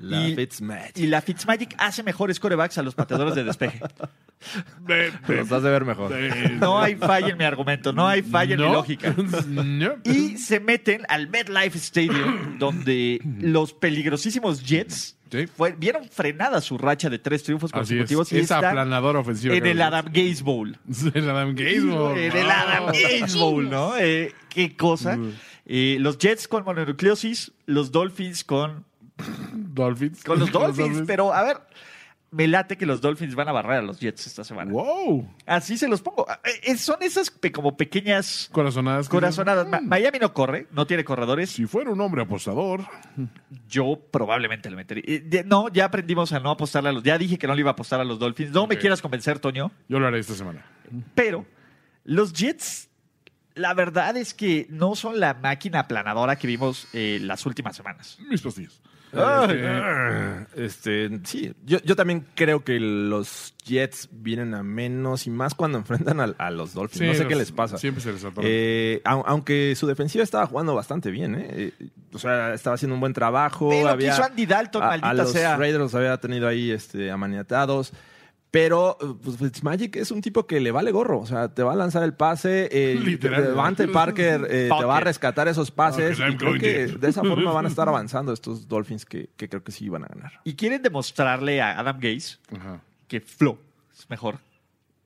Speaker 3: La
Speaker 1: Y-
Speaker 3: Fitzmatch.
Speaker 1: Y la Fitzmagic hace mejores corebacks a los pateadores de despeje.
Speaker 2: Eh, eh,
Speaker 3: Los has de ver mejor.
Speaker 2: eh,
Speaker 1: No hay falla en mi argumento, no hay falla en mi
Speaker 2: no.
Speaker 1: lógica.
Speaker 2: No.
Speaker 1: Y se meten al MetLife Stadium, donde los peligrosísimos Jets
Speaker 2: Sí.
Speaker 1: fue- vieron frenada su racha de tres triunfos
Speaker 2: Así es.
Speaker 1: consecutivos. y
Speaker 2: Esa
Speaker 1: están
Speaker 2: aplanadora ofensiva.
Speaker 1: En
Speaker 2: que
Speaker 1: el
Speaker 2: nos-
Speaker 1: Adam Gaze Bowl.
Speaker 2: el Adam Gaze. wow.
Speaker 1: En el Adam Gaze Bowl, ¿no? Eh, qué cosa. Eh, los Jets con mononucleosis, los Dolphins con
Speaker 2: Dolphins.
Speaker 1: Con los Dolphins, pero a ver, me late que los Dolphins van a barrer a los Jets esta semana.
Speaker 2: Wow.
Speaker 1: Así se los pongo. Eh, eh, Son esas pe- como pequeñas
Speaker 2: Corazonadas. que-
Speaker 1: corazonadas. Ma-
Speaker 2: Mm.
Speaker 1: Miami no corre, no tiene corredores.
Speaker 2: Si fuera un hombre apostador.
Speaker 1: Yo probablemente le metería. Eh, de- No, ya aprendimos a no apostarle a los. Ya dije que no le iba a apostar a los Dolphins. No me
Speaker 2: Ok.
Speaker 1: quieras convencer, Toño.
Speaker 2: Yo lo haré esta semana.
Speaker 1: Pero los Jets, la verdad es que no son la máquina aplanadora que vimos eh, las últimas semanas.
Speaker 2: Mis pastillas.
Speaker 3: Este, sí, yo, yo también creo que los Jets vienen a menos y más cuando enfrentan a, a los Dolphins.
Speaker 2: Sí,
Speaker 3: no sé
Speaker 2: los-
Speaker 3: qué les pasa.
Speaker 2: Siempre se les atora.
Speaker 3: Eh, au- aunque su defensiva estaba jugando bastante bien, ¿eh? Eh, O sea, estaba haciendo un buen trabajo.
Speaker 1: Pero
Speaker 3: había,
Speaker 1: quiso Andy Dalton,
Speaker 3: a,
Speaker 1: maldita
Speaker 3: a los
Speaker 1: sea.
Speaker 3: Raiders los había tenido ahí este, amaniatados. Pero eh, pues, Fitzmagic es un tipo que le vale gorro. O sea, te va a lanzar el pase. eh,
Speaker 2: Literal.
Speaker 3: Devante Parker eh, te
Speaker 1: Fuck
Speaker 3: va a
Speaker 1: it.
Speaker 3: rescatar esos pases.
Speaker 2: Fuck it,
Speaker 3: y
Speaker 2: I'm
Speaker 3: creo
Speaker 2: going
Speaker 3: que
Speaker 2: deep.
Speaker 3: de esa forma van a estar avanzando estos Dolphins que, que creo que sí van a ganar.
Speaker 1: Y quieren demostrarle a Adam Gaze
Speaker 2: Ajá.
Speaker 1: que Flo es mejor. O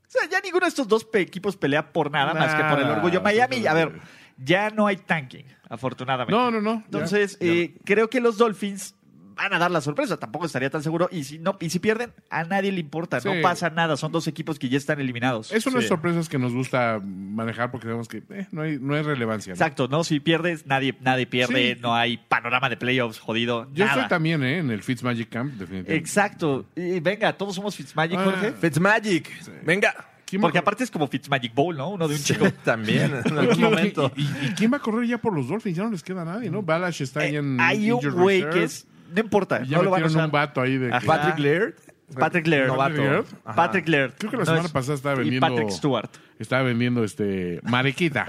Speaker 1: sea, ya ninguno de estos dos pe- equipos pelea por nada, más que por el
Speaker 2: Nada,
Speaker 1: orgullo. Miami, a ver, ya no hay tanking, afortunadamente.
Speaker 2: No, no, no. ya.
Speaker 1: Entonces, eh, creo que los Dolphins van a dar la sorpresa. Tampoco estaría tan seguro. Y si no, y si pierden, a nadie le importa. No
Speaker 2: Sí.
Speaker 1: pasa nada. Son dos equipos que ya están eliminados.
Speaker 2: Es una de las sorpresas que nos gusta manejar porque sabemos que eh, no, hay, no hay relevancia. ¿no?
Speaker 1: Exacto, ¿no? Si pierdes, nadie, nadie pierde.
Speaker 2: Sí.
Speaker 1: No hay panorama de playoffs jodido.
Speaker 2: Yo
Speaker 1: nada.
Speaker 2: estoy también eh, en el Fitzmagic Camp, definitivamente.
Speaker 1: Exacto. Y venga, todos somos Fitzmagic,
Speaker 2: Ah.
Speaker 1: Jorge.
Speaker 3: Fitzmagic, venga.
Speaker 2: ¿Quién va
Speaker 1: Porque
Speaker 2: a correr?
Speaker 1: aparte es como Fitzmagic Bowl, ¿no? Uno de un chico.
Speaker 3: También, en algún
Speaker 2: ¿Quién-
Speaker 3: momento.
Speaker 2: ¿Y, y- y quién va a correr ya por los Dolphins? Ya no les queda nadie, ¿no? Balash está ahí
Speaker 1: Eh,
Speaker 2: en.
Speaker 1: hay un
Speaker 2: injured
Speaker 1: güey
Speaker 2: reserve.
Speaker 1: que es. No importa,
Speaker 2: Y ya
Speaker 1: no lo van a usar.
Speaker 2: metieron un vato ahí de. que-
Speaker 1: Ajá.
Speaker 3: Patrick Laird.
Speaker 1: Patrick Laird.
Speaker 3: Novato.
Speaker 2: Laird.
Speaker 3: Ajá.
Speaker 1: Patrick Laird.
Speaker 2: Creo que la semana
Speaker 1: es-
Speaker 2: pasada estaba
Speaker 1: Y
Speaker 2: vendiendo-
Speaker 1: Patrick Stewart.
Speaker 2: Estaba vendiendo este. Mariquita.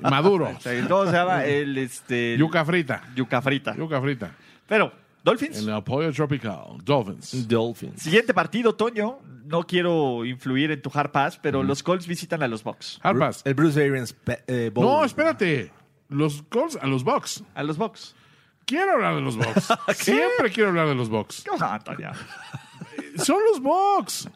Speaker 2: Maduro.
Speaker 1: O sea, ¿Cómo se llama? El este. el-
Speaker 2: Yuca frita.
Speaker 1: Yuca frita.
Speaker 2: Yuca frita.
Speaker 1: Pero, Dolphins.
Speaker 2: En el Pollo Tropical.
Speaker 1: Mm.
Speaker 2: Dolphins.
Speaker 3: Dolphins.
Speaker 1: Siguiente partido, Toño. No quiero influir en tu hard pass, pero los Colts visitan a los Bucks.
Speaker 2: Harpas.
Speaker 3: El Bruce Arians pe- eh, Bowl.
Speaker 2: No, espérate. Los Colts a los Bucks.
Speaker 1: A los Bucks.
Speaker 2: Quiero hablar de los Bucks. Siempre quiero
Speaker 1: Ah,
Speaker 2: hablar de los Bucks.
Speaker 1: No, Toño.
Speaker 2: Son los Bucks.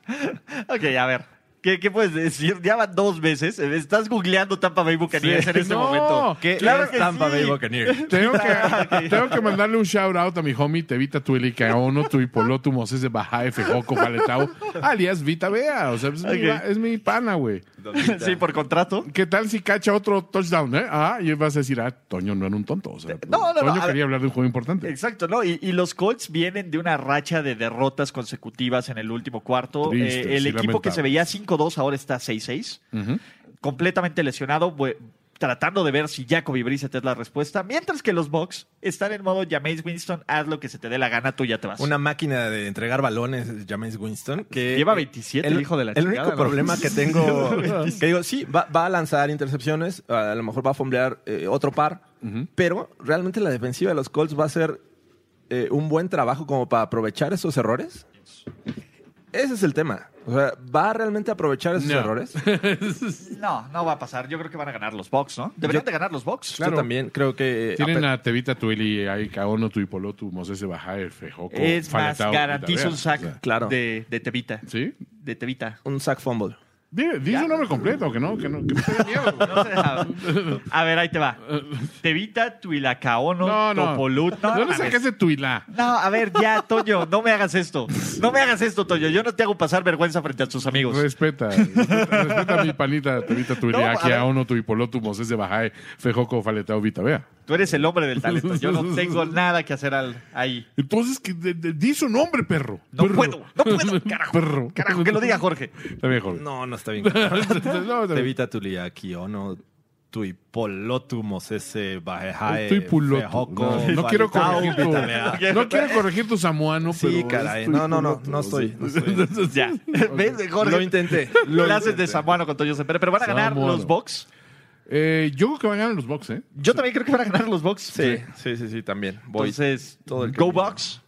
Speaker 1: Ok, a ver. ¿Qué, qué puedes decir? Ya van dos veces. Estás googleando Tampa Bay Buccaneers
Speaker 2: Sí.
Speaker 1: en este
Speaker 2: No,
Speaker 1: momento.
Speaker 2: ¿qué
Speaker 1: claro
Speaker 4: es
Speaker 1: que
Speaker 4: Tampa
Speaker 1: sí.
Speaker 4: Bay Buccaneers.
Speaker 2: Tengo que, tengo que mandarle un shout out a mi homie Tevita Tuili, que aún no tu hipolotu moses de Baja F. Joco Paletao, alias Vita Bea. O sea, es, mi,
Speaker 1: Ok.
Speaker 2: es mi pana, güey.
Speaker 1: Sí, por contrato.
Speaker 2: ¿Qué tal si cacha otro touchdown, eh? Ah, y vas a decir, ah, Toño no era un tonto. O sea,
Speaker 1: no, no,
Speaker 2: Toño
Speaker 1: a ver.
Speaker 2: quería hablar de un juego importante.
Speaker 1: Exacto, ¿no? Y, y los Colts vienen de una racha de derrotas consecutivas en el último cuarto.
Speaker 2: Tristes
Speaker 1: Eh, el
Speaker 2: y
Speaker 1: equipo que se
Speaker 2: lamentables.
Speaker 1: veía 5-2 ahora está 6-6. Completamente lesionado, bu- tratando de ver si Jacoby Brissett es la respuesta. Mientras que los Bucks están en modo Jameis Winston, haz lo que se te dé la gana, tú ya te vas.
Speaker 3: Una máquina de entregar balones, James Winston. Que
Speaker 1: Lleva 27, el hijo de la
Speaker 3: El
Speaker 1: chingada,
Speaker 3: único
Speaker 1: ¿no?
Speaker 3: problema que tengo. que digo, sí, va, va a lanzar intercepciones, a lo mejor va a fomblear eh, otro par, pero realmente la defensiva de los Colts va a ser eh, un buen trabajo como para aprovechar esos errores. Ese es el tema. O sea, ¿va realmente a aprovechar esos
Speaker 2: No.
Speaker 3: errores?
Speaker 1: No, no va a pasar. Yo creo que van a ganar los Bucks, ¿no? Deberían de ganar los Bucks.
Speaker 3: Yo también creo que. eh,
Speaker 2: Tienen
Speaker 3: ape-
Speaker 2: a Tevita Tuili, a Icaono, tu hipolotu moses de Baja F. Joco
Speaker 1: Es más,
Speaker 2: Paletao, Vita
Speaker 1: garantizo
Speaker 2: Bea.
Speaker 1: un sack
Speaker 2: O sea,
Speaker 3: claro.
Speaker 1: de, de Tevita.
Speaker 2: ¿Sí?
Speaker 1: De Tevita.
Speaker 3: un sack fumble.
Speaker 2: Dile, di su nombre completo, que no, que no, que no tenga miedo.
Speaker 1: No se deja. A ver, ahí te va. Tevita, Tuilacaono,
Speaker 2: No, no.
Speaker 1: Topolut. No,
Speaker 2: ¿Dónde
Speaker 1: a ver.
Speaker 2: sacaste Tuilá?
Speaker 1: No, a ver, ya, Toño, no me hagas esto. No me hagas esto, Toño. Yo no te hago pasar vergüenza frente a tus amigos.
Speaker 2: Respeta, respeta, respeta a mi panita, Tevita Tuili,
Speaker 1: Pues, No, a
Speaker 2: aquí
Speaker 1: ver.
Speaker 2: a uno tu hipolotu moses de Bajae, Fejoco, Faletao, Vita, vea.
Speaker 1: Tú eres el hombre del talento. Yo no tengo nada que hacer al- ahí.
Speaker 2: Entonces, que de- de- di su nombre, perro.
Speaker 1: No
Speaker 2: Perro.
Speaker 1: puedo, no puedo. Carajo,
Speaker 2: Perro.
Speaker 1: carajo, que lo diga Jorge.
Speaker 2: Está bien, Jorge.
Speaker 3: No, no está bien.
Speaker 2: No, está bien.
Speaker 3: Tevita tuliaki ono tuipolotu mosese bajejae
Speaker 2: Estoy puloto.
Speaker 3: fejoco,
Speaker 2: No, no quiero
Speaker 3: valitao,
Speaker 2: corregir tu,
Speaker 3: vitamea.
Speaker 2: no quiero corregir tu samuano,
Speaker 3: Sí,
Speaker 2: pero
Speaker 3: caray.
Speaker 2: estoy
Speaker 3: No, no, no,
Speaker 2: puloto,
Speaker 3: no
Speaker 2: o sea.
Speaker 3: estoy. no estoy.
Speaker 1: Ya. ¿Ves, eh, Jorge?
Speaker 3: Lo intenté.
Speaker 1: Lo haces de Samuano con Toño Sempere, pero van a ganar
Speaker 2: Samuano.
Speaker 1: los Bucks.
Speaker 2: Eh, yo creo que van a ganar los box, ¿eh?
Speaker 1: Yo también creo que van a ganar los Bucks.
Speaker 3: Sí, sí, sí, sí, también. Voy.
Speaker 1: Entonces,
Speaker 3: todo el
Speaker 1: Go
Speaker 3: camino.
Speaker 1: Bucks.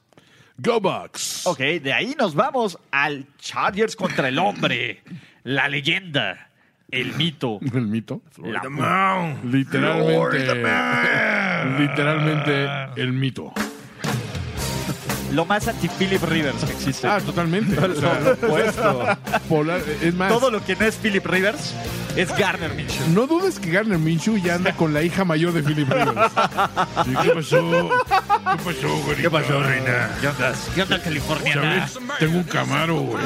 Speaker 2: Go Bucks.
Speaker 1: Ok, de ahí nos vamos al Chargers contra el hombre, la leyenda, el mito.
Speaker 2: El mito.
Speaker 1: La-
Speaker 2: Literalmente. Literalmente el mito.
Speaker 1: lo más anti-Philip Rivers que existe.
Speaker 2: Ah, totalmente. O sea, polar- es más,
Speaker 1: Todo lo que no es Philip Rivers es Garner Mitchell.
Speaker 2: no dudes que Garner Minshew ya anda con la hija mayor de Philip Rivers. Sí, ¿Qué pasó? ¿Qué pasó, güey? ¿Qué pasó, reina?
Speaker 1: ¿Qué onda? ¿Qué onda, California?
Speaker 2: ¿Sabes? Tengo un camaro, güey.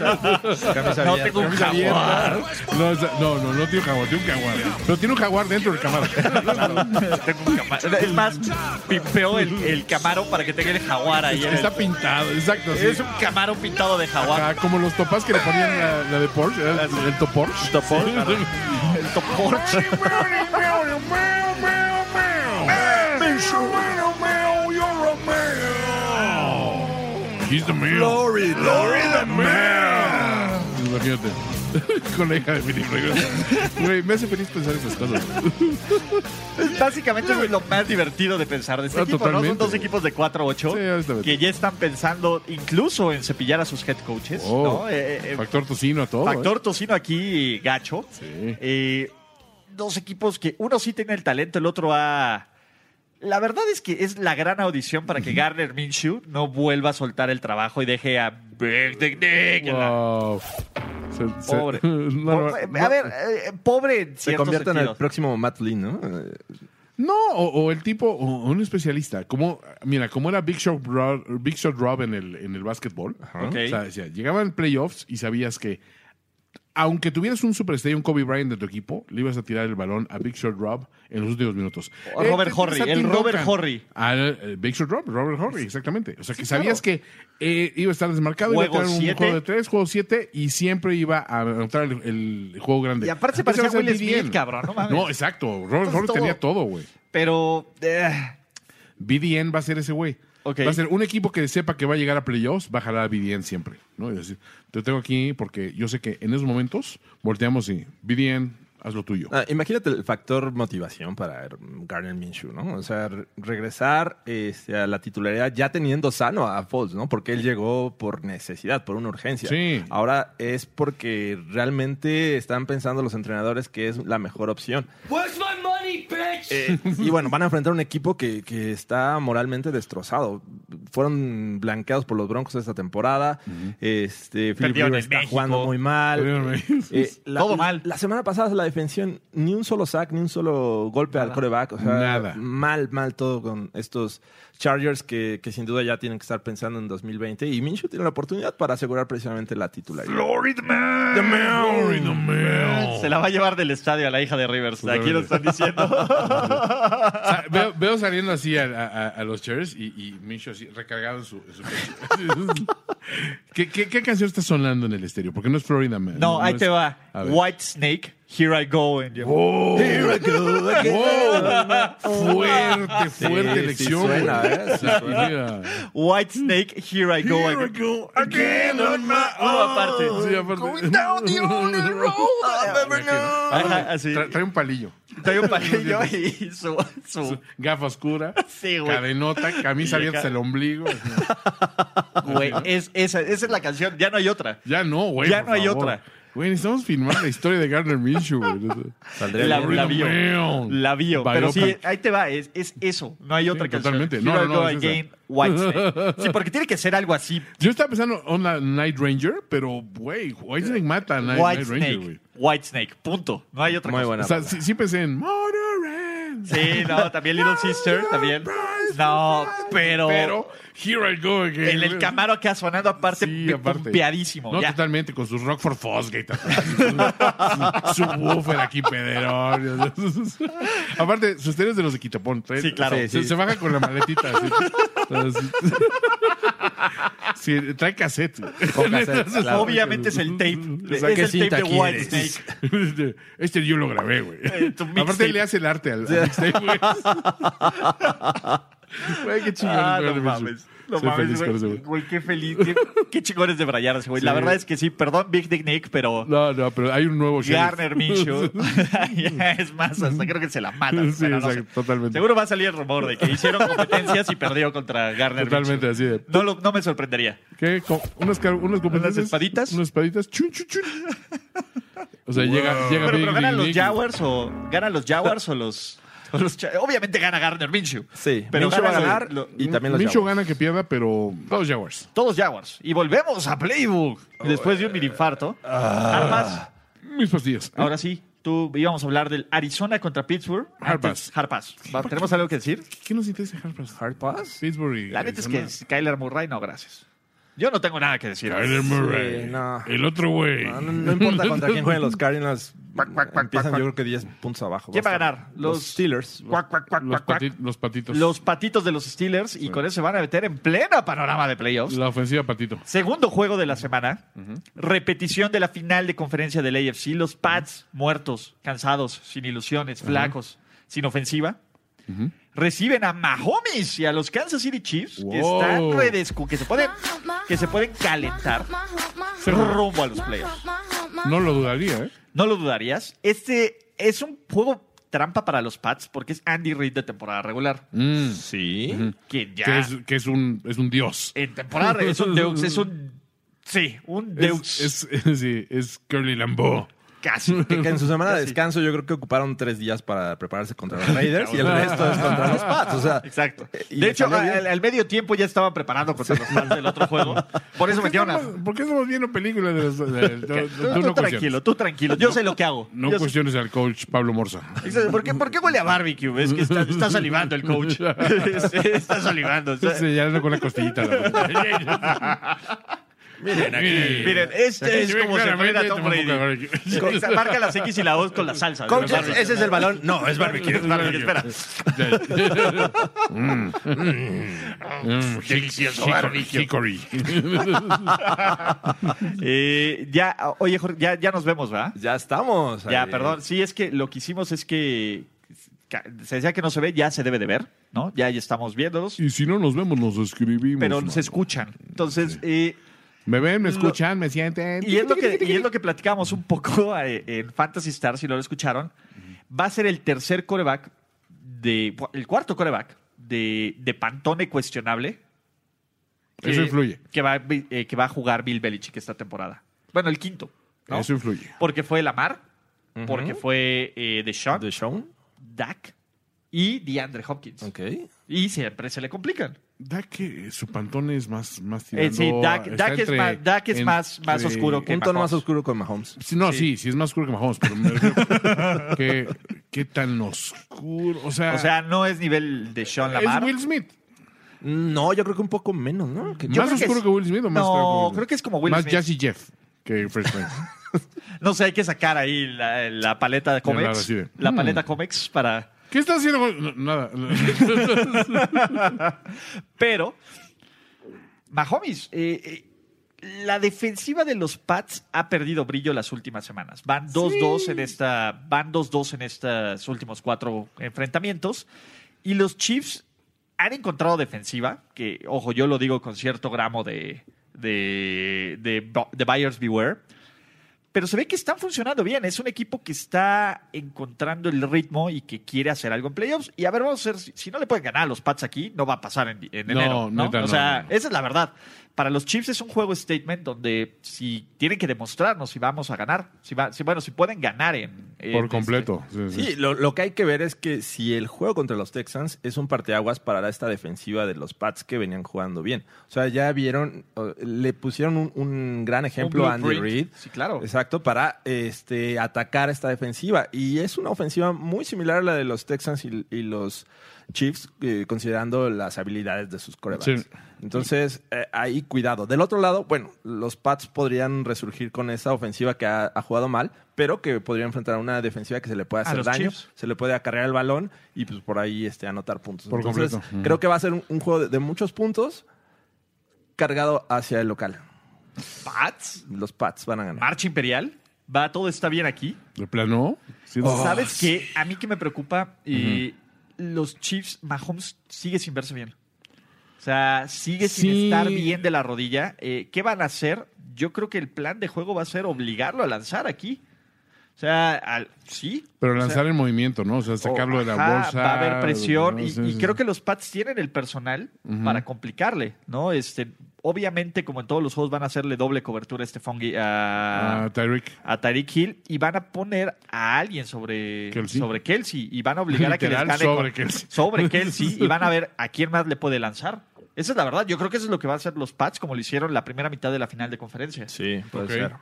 Speaker 1: No tengo un
Speaker 2: Camisa
Speaker 1: jaguar.
Speaker 2: abierta. No, o sea, no, no, no tiene un jaguar, tiene un jaguar. Pero tiene un jaguar dentro del camaro.
Speaker 1: Tengo un cama- Es más, pimpeó el, el camaro para que tenga el jaguar ahí. en el-
Speaker 2: Está pintado, exacto. sí.
Speaker 1: Es un camaro pintado de jaguar.
Speaker 2: Ah, como los topás que le ponían la, la de Porsche, ¿eh? el, top Porsche. Sí.
Speaker 1: El Toporch.
Speaker 2: He's the man. Glory, glory the man. Imagínate. Con la hija de Philip Rivers. Güey, me hace feliz pensar esas cosas.
Speaker 1: Básicamente es lo más divertido de pensar de este
Speaker 2: Ah,
Speaker 1: equipo, ¿no? Son
Speaker 2: totalmente.
Speaker 1: dos equipos de 4-8
Speaker 2: Sí, honestamente.
Speaker 1: que ya están pensando incluso en cepillar a sus head coaches,
Speaker 2: Oh,
Speaker 1: ¿no? Eh, eh,
Speaker 2: Factor tocino a todo.
Speaker 1: factor tocino aquí, gacho.
Speaker 2: Sí.
Speaker 1: Eh, dos equipos que uno sí tiene el talento, el otro ha... La verdad es que es la gran audición para que Garner Minshew no vuelva a soltar el trabajo y deje a Big Dick Nick
Speaker 2: ¿eh?
Speaker 1: en la-
Speaker 2: Wow. Se- se-
Speaker 1: Pobre.
Speaker 2: No,
Speaker 1: Pobre-
Speaker 2: no,
Speaker 1: a ver, eh, pobre en
Speaker 3: Se
Speaker 1: cierto
Speaker 3: convierte en
Speaker 1: sentido.
Speaker 3: el próximo Matt Lynn, ¿no? Eh,
Speaker 2: No, o, o el tipo, o un especialista. Como, mira, como era Big Shot Rob, Big Shot Rob en el, en el básquetbol.
Speaker 1: Ok.
Speaker 2: O sea, decía, llegaban playoffs y sabías que, aunque tuvieras un superestrella, un Kobe Bryant de tu equipo, le ibas a tirar el balón a Big Shot Rob en los últimos minutos. Este
Speaker 1: O Robert
Speaker 2: te-
Speaker 1: Horry,
Speaker 2: te-
Speaker 1: el
Speaker 2: Tim
Speaker 1: Robert
Speaker 2: Duncan.
Speaker 1: Horry.
Speaker 2: Al, eh, Big Shot Rob, Robert Horry, exactamente. O sea, que sabías que eh, iba a estar desmarcado,
Speaker 1: Juego
Speaker 2: iba a tener
Speaker 1: siete.
Speaker 2: un juego de tres, juego siete, y siempre iba a anotar el, el juego grande.
Speaker 1: Y aparte se
Speaker 2: Ese
Speaker 1: parecía
Speaker 2: va a ser
Speaker 1: Will
Speaker 2: BDN.
Speaker 1: Smith, cabrón, no mames.
Speaker 2: No, exacto. Robert
Speaker 1: Entonces,
Speaker 2: Horry
Speaker 1: todo-
Speaker 2: tenía todo, güey.
Speaker 1: Pero... eh,
Speaker 2: BDN va a ser ese güey.
Speaker 1: Ok.
Speaker 2: Va a ser un equipo que sepa que va a llegar a playoffs, va a jalar a BDN siempre. ¿no? Y decir, te tengo aquí porque yo sé que en esos momentos volteamos y BDN, haz lo tuyo.
Speaker 3: ah, imagínate el factor motivación para Garner Minshew, ¿no? O sea, re- regresar este, a la titularidad ya teniendo sano a Foles, ¿no? Porque él llegó por necesidad, por una urgencia.
Speaker 2: Sí.
Speaker 3: Ahora es porque realmente están pensando los entrenadores que es la mejor opción. Eh, y bueno, van a enfrentar un equipo que, que está moralmente destrozado. fueron blanqueados por los Broncos esta temporada. Este, Philip
Speaker 1: Perdieron
Speaker 3: Rivers
Speaker 1: en
Speaker 3: está
Speaker 1: México.
Speaker 3: jugando muy
Speaker 2: Perdieron
Speaker 3: mal.
Speaker 2: en
Speaker 3: Eh, la-
Speaker 1: Todo mal.
Speaker 3: La semana pasada la defensión, ni un solo sack, ni un solo golpe al coreback. O sea,
Speaker 2: Nada.
Speaker 3: mal, mal todo con estos Chargers que, que sin duda ya tienen que estar pensando en 2020. Y Minshew tiene la oportunidad para asegurar precisamente la titularidad.
Speaker 1: Florida Man. Se la va a llevar del estadio a la hija de Rivers. Aquí lo están diciendo.
Speaker 2: O sea, veo, veo saliendo así a, a- a- a los chairs y, y Minshew así recargado en su, en su pecho. ¿Qué, qué, qué canción está sonando en el estéreo? Porque no es Florida Man.
Speaker 1: No, ahí
Speaker 2: es-
Speaker 1: te va.
Speaker 2: A ver.
Speaker 1: White Snake, Here I Go. And you-
Speaker 3: Here I go again.
Speaker 2: ¡Wow! Fuerte, fuerte
Speaker 3: sí,
Speaker 2: elección.
Speaker 3: suena,
Speaker 2: güey.
Speaker 3: ¿eh? Sí
Speaker 2: Sí,
Speaker 3: suena.
Speaker 2: mira.
Speaker 1: White Snake, Here I Go. and you- No, aparte.
Speaker 2: Sí, aparte.
Speaker 1: Ajá, así.
Speaker 2: Tra- trae un palillo.
Speaker 1: Trae un palillo y su... su-
Speaker 2: Gafa oscura,
Speaker 1: Sí, güey.
Speaker 2: cadenota, camisa
Speaker 1: Y acá-
Speaker 2: abierta hasta el ombligo. así.
Speaker 1: Güey, es, esa, esa es la canción. Ya no hay otra.
Speaker 2: Ya no, güey.
Speaker 1: Ya
Speaker 2: por
Speaker 1: no hay
Speaker 2: favor.
Speaker 1: otra.
Speaker 2: Güey, necesitamos filmar la historia de Garner Minshew, güey.
Speaker 3: Saldría
Speaker 1: La,
Speaker 3: bien.
Speaker 1: la vio.
Speaker 2: Man.
Speaker 1: La vio. Pero sí,
Speaker 2: Biopic.
Speaker 1: ahí te va. Es, es eso. No hay otra
Speaker 2: Sí,
Speaker 1: canción.
Speaker 2: totalmente.
Speaker 1: Here
Speaker 2: No,
Speaker 1: I
Speaker 2: no,
Speaker 1: Go
Speaker 2: no, es esa.
Speaker 1: Again, White Snake. Sí, porque tiene que ser algo así.
Speaker 2: Yo estaba pensando on la Night Ranger, pero, güey, White Snake mata a Night,
Speaker 1: White
Speaker 2: Night Ranger,
Speaker 1: Snake.
Speaker 2: güey.
Speaker 1: White Snake. Punto. No hay otra
Speaker 3: Muy
Speaker 1: cosa.
Speaker 3: buena.
Speaker 2: O sea, sí, sí pensé en Motorhead.
Speaker 1: Sí, no, también Little Sister, también. No, pero,
Speaker 2: Pero, here I go again.
Speaker 1: en el
Speaker 2: güey.
Speaker 1: Camaro que ha sonado aparte,
Speaker 2: Sí, aparte.
Speaker 1: pompeadísimo.
Speaker 2: No,
Speaker 1: ya.
Speaker 2: totalmente, con sus Rockford Fosgate. atrás. su, su woofer aquí, pederón. aparte, sus tenis de los de Quitapón. traen-
Speaker 1: Sí, claro.
Speaker 2: Se,
Speaker 3: Sí, sí.
Speaker 2: se baja con la maletita. Así. Así. Sí, trae cassette.
Speaker 3: Con cassette, claro.
Speaker 1: Obviamente es el tape.
Speaker 3: O sea, ¿qué
Speaker 1: es el
Speaker 3: cinta
Speaker 1: tape de White
Speaker 3: quieres?
Speaker 1: Snake.
Speaker 2: Este, este yo lo grabé, güey.
Speaker 1: Eh, tu mixtape.
Speaker 2: Aparte le hace el arte al, al mixtape, güey. Güey, qué chingón.
Speaker 1: Ah,
Speaker 2: güey,
Speaker 1: no
Speaker 2: de
Speaker 1: mames.
Speaker 2: Minshew.
Speaker 1: No
Speaker 2: Soy
Speaker 1: mames,
Speaker 2: feliz con ese,
Speaker 1: güey.
Speaker 2: güey.
Speaker 1: Güey, qué feliz. Qué, qué chingones de brayarse, güey. La
Speaker 2: Sí.
Speaker 1: verdad es que sí. Perdón, Big Dick Nick, pero
Speaker 2: No, pues no, pero hay un nuevo sheriff.
Speaker 1: Garner Minshew. ya es más, hasta creo que se la matan.
Speaker 2: Sí, exacto, totalmente.
Speaker 1: Seguro va a salir el rumor de que hicieron competencias y perdió contra Garner
Speaker 2: Totalmente
Speaker 1: Minshew.
Speaker 2: así de.
Speaker 1: No, lo- no me sorprendería.
Speaker 2: ¿Qué? Con unas, car- unas competencias.
Speaker 1: espaditas?
Speaker 2: Unas espaditas. Chun, chun, chun. O sea, llega, llega
Speaker 1: Pero,
Speaker 2: Big
Speaker 1: pero ganan
Speaker 2: Dick
Speaker 1: los
Speaker 2: Nick.
Speaker 1: Jaguars o ganan los Jaguars o los, o los Cha- obviamente gana Gardner Minshew.
Speaker 3: Sí,
Speaker 1: pero
Speaker 3: Minshew va a
Speaker 1: ganan
Speaker 3: ganar
Speaker 1: lo-
Speaker 3: y también los
Speaker 2: Minshew
Speaker 3: Jaguars.
Speaker 2: gana que pierda, pero todos Jaguars.
Speaker 1: todos Jaguars y volvemos a Playbook después de un infarto. Harpas,
Speaker 2: Mis pastillas.
Speaker 3: Ah.
Speaker 1: ahora sí, tú íbamos a hablar del Arizona contra Pittsburgh.
Speaker 2: Harpas.
Speaker 1: Antes, Harpas. Va, ¿Tenemos algo que decir?
Speaker 2: ¿Qué nos interesa Harper's?
Speaker 3: Hard pass.
Speaker 2: Pittsburgh. y
Speaker 1: La neta es que
Speaker 2: Arizona.
Speaker 1: es Kyler Murray, no, gracias. Yo no tengo nada que decir.
Speaker 2: Kyler Murray.
Speaker 3: Sí, no.
Speaker 2: El otro güey.
Speaker 3: No, no- no importa contra quién jueguen los Cardinals. Empiezan yo creo que 10 puntos abajo.
Speaker 1: ¿Quién va a
Speaker 3: estar-
Speaker 1: ganar? Los-
Speaker 3: los Steelers.
Speaker 1: Cuac, cuac, cuac,
Speaker 2: Los,
Speaker 1: cuac, cuac.
Speaker 2: pati- los patitos.
Speaker 1: Los patitos de los Steelers y con eso se van a meter en pleno panorama de playoffs.
Speaker 2: La ofensiva patito.
Speaker 1: Segundo juego de la semana, repetición de la final de conferencia del AFC, los Pats muertos, cansados, sin ilusiones, flacos, sin ofensiva. Reciben a Mahomes y a los Kansas City Chiefs que
Speaker 2: Wow.
Speaker 1: están redescu que se pueden que se pueden calentar rumbo a los playoffs.
Speaker 2: No lo dudaría, ¿eh?
Speaker 1: No lo dudarías. Este es un juego trampa para los Pats porque es Andy Reid de temporada regular,
Speaker 3: Sí.
Speaker 1: que ya
Speaker 2: Mm. Que, es, que es, un, es un dios.
Speaker 1: en temporada regular es un deux, es un sí, un deux
Speaker 2: Es, es, sí, es Curly Lambeau.
Speaker 1: casi.
Speaker 3: Que, que en su semana de
Speaker 1: Casi.
Speaker 3: descanso yo creo que ocuparon tres días para prepararse contra los Raiders y el resto es contra los Pats. O sea,
Speaker 1: Exacto.
Speaker 3: Y
Speaker 1: de
Speaker 3: le
Speaker 1: hecho,
Speaker 3: salió bien.
Speaker 1: al, al medio tiempo ya estaban preparando contra los fans del otro juego. Por eso
Speaker 2: ¿Por qué
Speaker 1: metieron a...
Speaker 2: estamos- ¿Por qué estamos viendo películas de los... de- de- de-
Speaker 1: Tú, tú
Speaker 2: tú no cuestiones.
Speaker 1: tranquilo, tú tranquilo. Yo sé lo que hago.
Speaker 2: No
Speaker 1: Yo sé-
Speaker 2: cuestiones al coach Pablo Morza.
Speaker 1: Exacto. ¿Por qué, por qué huele a barbecue? Es que está, está salivando el coach. está salivando. está-
Speaker 2: Señalando con la costillita. Miren aquí.
Speaker 1: Miren, este es como se
Speaker 2: Claramente
Speaker 1: frena Tom
Speaker 2: toma un
Speaker 1: Brady.
Speaker 2: barbecue.
Speaker 1: Exacto. Marca las X y la O con la salsa. Con
Speaker 3: coach,
Speaker 1: barbecue.
Speaker 3: ese es el balón. No, es barbecue.
Speaker 1: Es barbecue, espera.
Speaker 2: Mm, hickory, hickory.
Speaker 1: Eh, ya, oye, Jorge, ya, ya nos vemos, ¿verdad?
Speaker 3: Ya estamos.
Speaker 1: Ya,
Speaker 3: ahí.
Speaker 1: perdón. Sí, es que lo que hicimos es que ca- se decía que no se ve, ya se debe de ver, ¿no? Ya, ya estamos viéndolos,
Speaker 2: Y si no nos vemos, nos escribimos.
Speaker 1: pero
Speaker 2: mano.
Speaker 1: se escuchan. Entonces, eh,
Speaker 2: Me ven, me escuchan, me sienten.
Speaker 1: y, es lo que, y es lo que platicamos un poco eh, en Fantasy Star, si no lo escucharon, va a ser el tercer coreback, de, el cuarto coreback de, de Pantone cuestionable. Eh,
Speaker 2: Eso influye.
Speaker 1: Que va, a vi- eh, que va a jugar Bill Belichick esta temporada. Bueno, el quinto. ¿no?
Speaker 2: Eso influye.
Speaker 1: Porque fue Lamar, porque fue eh, Deshaun,
Speaker 3: ¿De Sean?
Speaker 1: Dak y DeAndre Hopkins.
Speaker 3: Ok.
Speaker 1: Y siempre se le complican.
Speaker 2: Dak, eh, su pantone es más, más
Speaker 1: Eh, sí,
Speaker 2: tirando
Speaker 1: Dak-
Speaker 2: a-
Speaker 1: Dak
Speaker 2: está
Speaker 1: es más- Dak es más- más oscuro que-
Speaker 3: Un tono
Speaker 1: Mahomes.
Speaker 3: más oscuro con Mahomes.
Speaker 2: Sí, No, sí. sí, es más oscuro que Mahomes, pero me refiero- ¿qué, qué tan oscuro? O sea,
Speaker 1: O sea, no es nivel de Sean Lamar.
Speaker 2: es Will Smith.
Speaker 3: No, yo creo que un poco menos, ¿no? Que-
Speaker 1: Yo
Speaker 2: ¿Más
Speaker 1: creo que
Speaker 2: oscuro
Speaker 1: es-
Speaker 2: que Will Smith o más
Speaker 1: No,
Speaker 2: claro
Speaker 1: creo que es como Will
Speaker 2: más
Speaker 1: Smith.
Speaker 2: Más Jazzy Jeff que Fresh Prince.
Speaker 1: No sé, hay que sacar ahí la, la paleta de
Speaker 2: Leonardo,
Speaker 1: Comex.
Speaker 2: así de,
Speaker 1: La paleta Comex para.
Speaker 2: ¿Qué está haciendo? con- no, nada.
Speaker 1: Pero, Mahomes, eh, eh, la defensiva de los Pats ha perdido brillo las últimas semanas. Van 2-2 en esta. Van 2-2 en estos últimos cuatro enfrentamientos. Y los Chiefs han encontrado defensiva, que, ojo, yo lo digo con cierto gramo de. de. de, bu- de buyers beware. Pero se ve que están funcionando bien. Es un equipo que está encontrando el ritmo y que quiere hacer algo en playoffs. Y a ver, vamos a ver, si, si no le pueden ganar a los Pats aquí, no va a pasar en, en
Speaker 2: No,
Speaker 1: enero. ¿no?
Speaker 2: neta,
Speaker 1: o
Speaker 2: no,
Speaker 1: sea,
Speaker 2: no, no.
Speaker 1: esa es la verdad. Para los Chiefs es un juego statement donde si tienen que demostrarnos si vamos a ganar, si, va- si- bueno, si pueden ganar en... en
Speaker 2: Por
Speaker 1: este-
Speaker 2: completo. Sí, sí.
Speaker 3: Sí, lo, lo que hay que ver es que si el juego contra los Texans es un parteaguas para esta defensiva de los Pats que venían jugando bien. O sea, ya vieron, o- le pusieron un, un gran ejemplo a Andy
Speaker 1: blueprint.
Speaker 3: Reid.
Speaker 1: Sí, claro.
Speaker 3: Exacto, para este, atacar esta defensiva. Y es una ofensiva muy similar a la de los Texans y, y los Chiefs, eh, considerando las habilidades de sus corebacks.
Speaker 2: Sí.
Speaker 3: Entonces, eh, ahí cuidado. Del otro lado, bueno, los Pats podrían resurgir con esa ofensiva que ha, ha jugado mal, pero que podría enfrentar a una defensiva que se le puede
Speaker 1: A
Speaker 3: hacer
Speaker 1: los
Speaker 3: daño,
Speaker 1: Chiefs.
Speaker 3: se le puede acarrear el balón y pues por ahí este, anotar puntos.
Speaker 2: Por
Speaker 3: Entonces,
Speaker 2: completo.
Speaker 3: creo que va a ser un, un juego de, de muchos puntos cargado hacia el local.
Speaker 1: Pats,
Speaker 3: Los Pats van a ganar.
Speaker 1: marcha imperial, va, todo está bien aquí.
Speaker 2: ¿De plano? Sí,
Speaker 1: ¿Sabes qué? A mí que me preocupa, y los Chiefs, Mahomes sigue sin verse bien. O sea, sigue sin
Speaker 2: Sí.
Speaker 1: estar bien de la rodilla. Eh, ¿Qué van a hacer? Yo creo que el plan de juego va a ser obligarlo a lanzar aquí. O sea, al- sí.
Speaker 2: Pero
Speaker 1: o sea,
Speaker 2: lanzar el movimiento, ¿no? O sea, sacarlo de la
Speaker 1: Ajá,
Speaker 2: bolsa.
Speaker 1: Va a haber presión.
Speaker 2: ¿no?
Speaker 1: y,
Speaker 2: Sí,
Speaker 1: y
Speaker 2: sí.
Speaker 1: creo que los Pats tienen el personal para complicarle, ¿no? Este, obviamente, como en todos los juegos, van a hacerle doble cobertura a este Fungi a,
Speaker 2: Ah, Tyreek.
Speaker 1: a Tyreek Hill y van a poner a alguien sobre
Speaker 2: Kelsey.
Speaker 1: Kelsey, sobre Kelsey y van a obligar a que les
Speaker 2: Literal,
Speaker 1: gane
Speaker 2: sobre
Speaker 1: con-
Speaker 2: Kelsey.
Speaker 1: sobre Kelsey y van a ver a quién más le puede lanzar. Esa es la verdad. Yo creo que eso es lo que van a hacer los Pats, como lo hicieron la primera mitad de la final de conferencia.
Speaker 3: Sí, puede
Speaker 2: Ok.
Speaker 3: ser.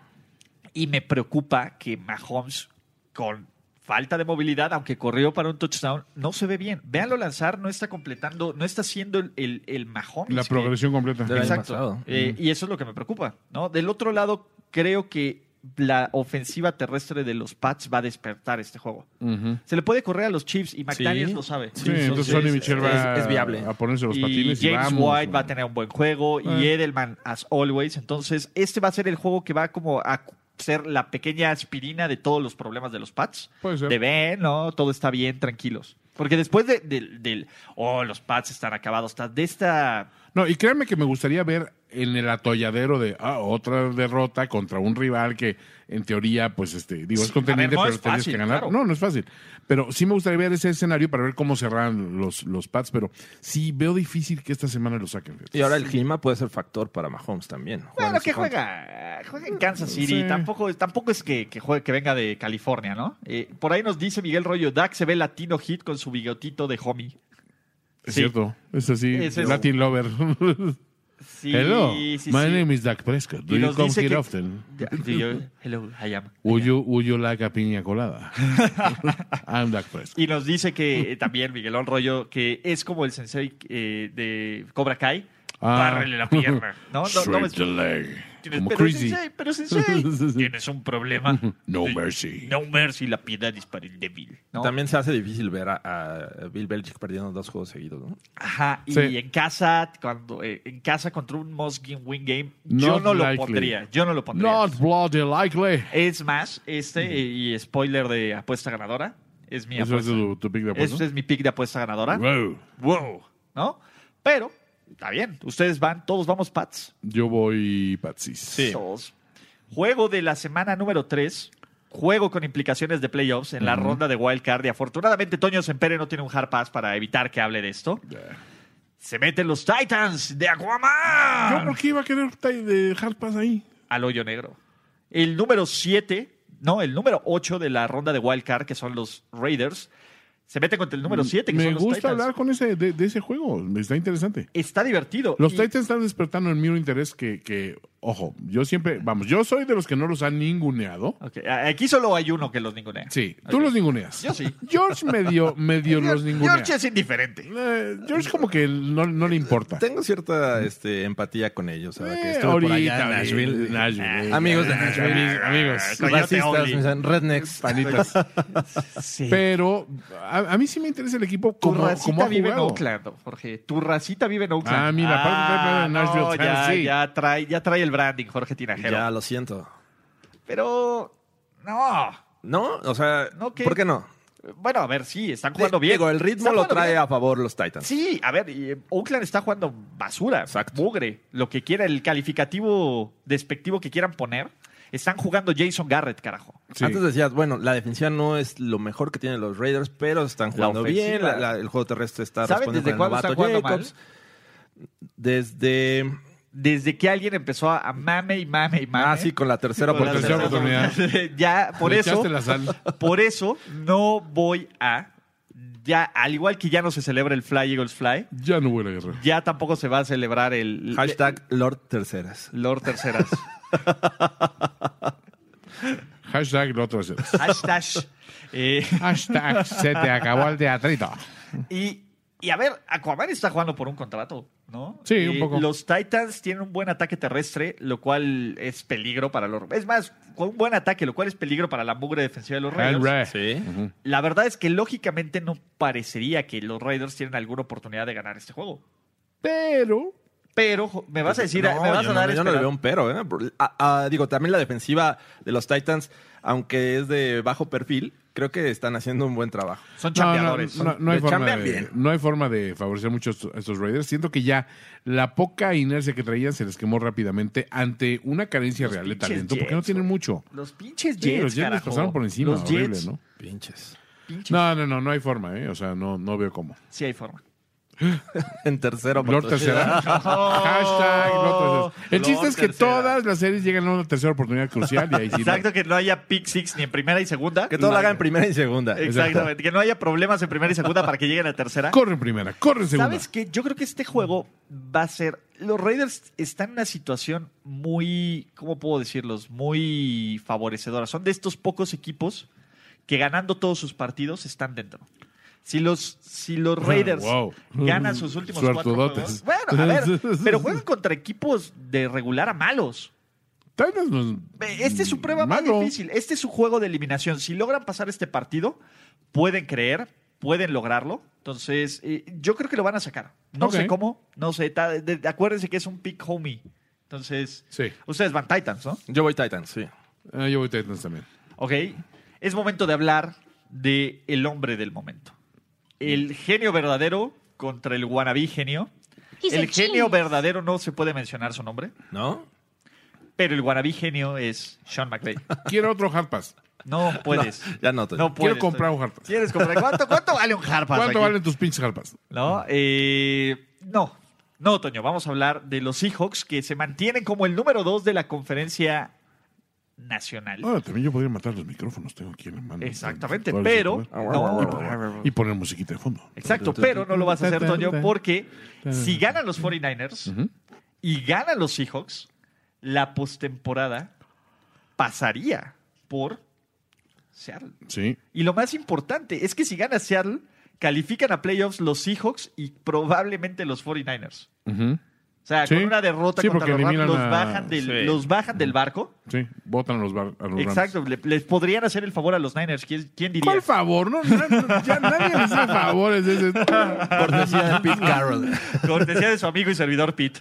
Speaker 1: Y me preocupa que Mahomes, con falta de movilidad, aunque corrió para un touchdown, no se ve bien. Véanlo lanzar, no está completando, no está haciendo el, el, el Mahomes.
Speaker 2: La
Speaker 1: que-
Speaker 2: progresión completa.
Speaker 3: del año
Speaker 1: Exacto.
Speaker 3: pasado.
Speaker 1: Eh, Y eso es lo que me preocupa, ¿no? Del otro lado, creo que la ofensiva terrestre de los Pats va a despertar este juego.
Speaker 2: Ujú.
Speaker 1: Se le puede correr a los Chiefs y McDaniels
Speaker 3: Sí.
Speaker 1: lo sabe.
Speaker 2: Sí, entonces Sonny Michel va
Speaker 3: es- es viable.
Speaker 2: a ponerse los
Speaker 1: Y
Speaker 2: patines y
Speaker 1: James
Speaker 2: vamos. Ah.
Speaker 1: White va a tener un buen juego y Edelman, as always. Entonces, este va a ser el juego que va como a ser la pequeña aspirina de todos los problemas de los Pats.
Speaker 2: Puede ser.
Speaker 1: De ven, ¿no? Todo está bien, tranquilos. Porque después de- del, del, oh, los Pats están acabados, está de esta
Speaker 2: No, y créanme que me gustaría ver en el atolladero de ah, otra derrota contra un rival que en teoría, pues este, digo, es
Speaker 1: Sí, a ver,
Speaker 2: contendiente,
Speaker 1: no
Speaker 2: pero
Speaker 1: es
Speaker 2: tenías
Speaker 1: fácil,
Speaker 2: que ganar.
Speaker 1: claro.
Speaker 2: No, no es fácil. Pero sí me gustaría ver ese escenario para ver cómo cerran los, los pads, pero sí veo difícil que esta semana lo saquen. fíjate.
Speaker 3: Y ahora el clima puede ser factor para Mahomes también. Jugar
Speaker 1: Bueno,
Speaker 3: en su
Speaker 1: que
Speaker 3: contra.
Speaker 1: juega, juega en Kansas City.
Speaker 2: Sí.
Speaker 1: Tampoco, tampoco es que, que, juegue- que venga de California, ¿no? Eh, por ahí nos dice Miguel Rollo, Dak se ve latino hit con su bigotito de homie.
Speaker 2: Es
Speaker 1: sí.
Speaker 2: cierto, es así,
Speaker 1: Ese es-
Speaker 2: Latin Lover.
Speaker 1: Sí,
Speaker 2: Hello,
Speaker 1: sí, sí.
Speaker 2: my name is Dak Prescott. Do
Speaker 1: Y
Speaker 2: you
Speaker 1: nos
Speaker 2: come
Speaker 1: dice
Speaker 2: here
Speaker 1: que-
Speaker 2: often?
Speaker 1: Y yo, hello, I am.
Speaker 2: Would you, would you like a piña colada? I'm Dak Prescott.
Speaker 1: Y nos dice que eh, también Miguelón Rollo, que es como el sensei eh, de Cobra Kai.
Speaker 2: Ah.
Speaker 1: Bárrele la pierna. No, no, no me-
Speaker 2: Sweet delay.
Speaker 1: tienes-
Speaker 2: Como
Speaker 1: pero
Speaker 2: crazy.
Speaker 1: sensei, pero sensei, tienes un problema.
Speaker 2: No mercy.
Speaker 1: No mercy, la piedad es para el débil. ¿no?
Speaker 3: También se hace difícil ver a, a Bill Belichick perdiendo dos juegos seguidos, ¿no?
Speaker 1: Ajá, y
Speaker 2: Sí.
Speaker 1: en casa, cuando eh, en casa contra un Moskin Win Game, yo
Speaker 2: Not
Speaker 1: no
Speaker 2: likely.
Speaker 1: lo pondría. Yo no lo pondría.
Speaker 2: Not bloody likely.
Speaker 1: Es más, este, eh, y spoiler de apuesta ganadora, es mi
Speaker 2: Eso es
Speaker 1: apuesta.
Speaker 2: tu, tu pick de apuesto.
Speaker 1: Este pues, es mi pick de apuesta ganadora.
Speaker 2: Wow.
Speaker 1: Wow. ¿No? Pero, está bien. Ustedes van, todos vamos Pats.
Speaker 2: Yo voy Patsis.
Speaker 1: Todos. Juego de la semana número 3. Juego con implicaciones de playoffs en la ronda de Wild Card. Y afortunadamente, Toño Sempere no tiene un hard pass para evitar que hable de esto. Se meten los Titans de Aquaman.
Speaker 2: Yo por qué iba a querer ta- de hard pass ahí.
Speaker 1: al hoyo negro. El número 7, no, el número 8 de la ronda de Wild Card, que son los Raiders, Se mete contra el número 7, que
Speaker 2: Mm, Me
Speaker 1: son los
Speaker 2: gusta
Speaker 1: Titans.
Speaker 2: hablar con ese, de, de ese juego. Está interesante.
Speaker 1: Está divertido.
Speaker 2: Los
Speaker 1: Y-
Speaker 2: Titans están despertando en mí un interés que, que, ojo, yo siempre, vamos, yo soy de los que no los han ninguneado.
Speaker 1: Ok, a- Aquí solo hay uno que los ningunea.
Speaker 2: Sí, tú los ninguneas.
Speaker 1: Yo sí.
Speaker 2: George medio, medio los ningunea.
Speaker 1: George es indiferente.
Speaker 2: Eh, George como que no, no le importa.
Speaker 3: Tengo cierta este, empatía con ellos. ahora que
Speaker 2: Eh,
Speaker 3: estuve por allá
Speaker 2: ahorita, eh,
Speaker 3: en Nashville.
Speaker 2: Nashville.
Speaker 3: Eh, Amigos de
Speaker 2: Amigos,
Speaker 3: Nashville.
Speaker 2: amigos.
Speaker 1: Coyote
Speaker 3: Racistas,
Speaker 1: Ugly.
Speaker 3: me dicen, rednecks.
Speaker 2: panitas. Pero a, a mí sí me interesa el equipo
Speaker 1: Tu
Speaker 2: como,
Speaker 1: racita
Speaker 2: como ha
Speaker 1: vive en
Speaker 2: jugado.
Speaker 1: Oakland, Jorge. Tu racita vive en Oakland.
Speaker 2: Ah, mira, aparte trae para Nashville
Speaker 1: no, ya,
Speaker 2: Tennessee.
Speaker 1: ya, trae, ya trae el branding, Jorge Tinajero.
Speaker 3: Ya, lo siento.
Speaker 1: Pero, no.
Speaker 3: ¿No? O sea,
Speaker 1: No, ¿qué?
Speaker 3: ¿por qué no?
Speaker 1: Bueno, a ver, sí, están jugando bien.
Speaker 3: Digo, el ritmo
Speaker 1: Están
Speaker 3: lo
Speaker 1: jugando
Speaker 3: trae
Speaker 1: bien.
Speaker 3: a favor los Titans.
Speaker 1: Sí, a ver, y, eh, Oakland está jugando basura,
Speaker 3: Exacto.
Speaker 1: mugre, lo que quiera, el calificativo despectivo que quieran poner. Están jugando Jason Garrett, carajo.
Speaker 2: Sí.
Speaker 3: Antes decías, bueno, la defensiva no es lo mejor que tienen los Raiders, pero están
Speaker 1: La
Speaker 3: jugando
Speaker 1: ofensiva.
Speaker 3: bien, la- la- el juego terrestre está
Speaker 1: ¿Saben
Speaker 3: respondiendo
Speaker 1: desde
Speaker 3: con el
Speaker 1: cuándo están
Speaker 3: novato
Speaker 1: jugando
Speaker 3: Jacobs.
Speaker 1: mal?
Speaker 3: Desde...
Speaker 1: Desde que alguien empezó a mame y mame y mame.
Speaker 3: Ah, sí, con la tercera
Speaker 2: Con la
Speaker 3: oportunidad.
Speaker 2: tercera oportunidad.
Speaker 1: ya, por
Speaker 2: Le
Speaker 1: eso,
Speaker 2: echaste la sal.
Speaker 1: por eso no voy a, ya, al igual que ya no se celebra el Fly Eagles Fly,
Speaker 2: Ya no huele a guerra.
Speaker 1: ya tampoco se va a celebrar el
Speaker 3: Hashtag Lord Terceras.
Speaker 1: Lord Terceras.
Speaker 2: Hashtag lo otro es.
Speaker 1: Hashtag. Eh,
Speaker 2: Hashtag se te acabó el teatrito.
Speaker 1: Y, y a ver, Aquaman está jugando por un contrato, ¿no?
Speaker 2: Sí,
Speaker 1: Y
Speaker 2: un poco.
Speaker 1: Los Titans tienen un buen ataque terrestre, lo cual es peligro para los. Es más, con un buen ataque, lo cual es peligro para la mugre defensiva de los Raiders.
Speaker 2: Alright.
Speaker 3: Sí.
Speaker 1: La verdad es que lógicamente no parecería que los Raiders tienen alguna oportunidad de ganar este juego.
Speaker 2: Pero
Speaker 1: Pero jo- me vas a decir,
Speaker 3: Pues, No,
Speaker 1: me vas
Speaker 3: yo
Speaker 1: a
Speaker 3: no-
Speaker 1: dar
Speaker 3: yo no le
Speaker 1: esperanza.
Speaker 3: veo un pero. ¿eh? Por- a- a- digo, también la defensiva de los Titans, aunque es de bajo perfil, creo que están haciendo un buen trabajo.
Speaker 1: Son
Speaker 2: No, no,
Speaker 1: chambeadores.
Speaker 2: no, no hay
Speaker 3: Le
Speaker 2: forma
Speaker 3: chambean
Speaker 2: de,
Speaker 3: bien.
Speaker 2: no hay forma de favorecer mucho a estos- a estos Raiders. Siento que ya la poca inercia que traían se les quemó rápidamente ante una carencia real de
Speaker 1: pinches
Speaker 2: talento, porque
Speaker 1: Jets,
Speaker 2: no tienen
Speaker 1: güey.
Speaker 2: mucho.
Speaker 1: Los pinches Jets.
Speaker 2: Sí, los Jets les
Speaker 1: carajo.
Speaker 2: pasaron por encima,
Speaker 1: Los
Speaker 2: horrible,
Speaker 1: Jets.
Speaker 2: ¿no?
Speaker 3: Pinches.
Speaker 1: pinches-
Speaker 2: No, no, no, no hay forma, ¿eh? O sea, no, no veo cómo.
Speaker 1: Sí, hay forma.
Speaker 3: En tercero.
Speaker 2: Lord Tercera. Hashtag Lord Tercera. El
Speaker 1: Lord
Speaker 2: chiste es que
Speaker 1: Tercera.
Speaker 2: todas las series llegan a una tercera oportunidad crucial y ahí sí. no.
Speaker 1: Exacto, que no haya pick six ni en primera y segunda.
Speaker 3: Que todo lo hagan en primera y segunda.
Speaker 1: Exactamente, que no haya problemas en primera y segunda para que lleguen a tercera.
Speaker 2: Corre en primera, corre en segunda.
Speaker 1: ¿Sabes qué? Yo creo que este juego va a ser. Los Raiders están en una situación muy. ¿Cómo puedo decirlos? Muy favorecedora. Son de estos pocos equipos que ganando todos sus partidos están dentro. Si los, si los Raiders
Speaker 2: Ah, Wow.
Speaker 1: ganan sus últimos cuatro
Speaker 2: Suertudotes.
Speaker 1: juegos. Bueno, a ver, pero juegan contra equipos de regular a malos.
Speaker 2: Titans no es-
Speaker 1: Este es su prueba
Speaker 2: Malo.
Speaker 1: más difícil. Este es su juego de eliminación. Si logran pasar este partido, pueden creer, pueden lograrlo. Entonces, eh, yo creo que lo van a sacar. No
Speaker 2: Ok.
Speaker 1: sé cómo, no sé. ta- de- acuérdense que es un pick homie. Entonces,
Speaker 2: Sí.
Speaker 1: ustedes van Titans, ¿no?
Speaker 3: Yo voy Titans, sí.
Speaker 2: Ah, yo voy Titans también.
Speaker 1: Ok. Es momento de hablar de el hombre del momento.
Speaker 2: Mm.
Speaker 1: El genio verdadero contra el wannabe genio.
Speaker 4: He's
Speaker 1: el
Speaker 4: a
Speaker 1: genio
Speaker 4: genius.
Speaker 1: verdadero no se puede mencionar su nombre,
Speaker 3: ¿No?
Speaker 1: pero el wannabe genio es Sean McVay.
Speaker 2: Quiero otro hard pass.
Speaker 1: No puedes.
Speaker 3: Ya no. Toño.
Speaker 1: No puedes.
Speaker 2: Quiero comprar un Harpas.
Speaker 1: ¿Quieres comprar? ¿Cuánto, cuánto vale un Harpas?
Speaker 2: ¿Cuánto
Speaker 1: aquí?
Speaker 2: valen tus pinches hard pass?
Speaker 1: No, eh, no, no, Toño. Vamos a hablar de los Seahawks que se mantienen como el número dos de la conferencia nacional.
Speaker 2: Ahora Ah, también yo podría matar los micrófonos, tengo aquí en la mano.
Speaker 1: Exactamente,
Speaker 2: Todo eso
Speaker 1: pero.
Speaker 2: poder.
Speaker 1: no.
Speaker 2: Y poner musiquita de fondo.
Speaker 1: exacto, pero no lo vas a hacer, Toño, porque si ganan los 49ers y ganan los Seahawks, la postemporada pasaría por Seattle.
Speaker 2: Sí.
Speaker 1: Y lo más importante es que si gana Seattle, califican a playoffs los Seahawks y probablemente los 49ers.
Speaker 2: Ujú.
Speaker 1: O sea,
Speaker 2: Sí.
Speaker 1: con una derrota
Speaker 2: Sí,
Speaker 1: contra
Speaker 2: porque
Speaker 1: los Rams,
Speaker 2: eliminan
Speaker 1: los
Speaker 2: a-
Speaker 1: bajan del,
Speaker 3: sí.
Speaker 1: los bajan del barco.
Speaker 2: Sí, votan a los, bar, a los Rams.
Speaker 1: Exacto, le- les podrían hacer el favor a los Niners. ¿Quién, quién diría?
Speaker 2: ¿Cuál favor? No, na- na- ya nadie les hace favores. de ese-
Speaker 3: Cortesía de Pete Carroll.
Speaker 1: Cortesía de su amigo y servidor Pete.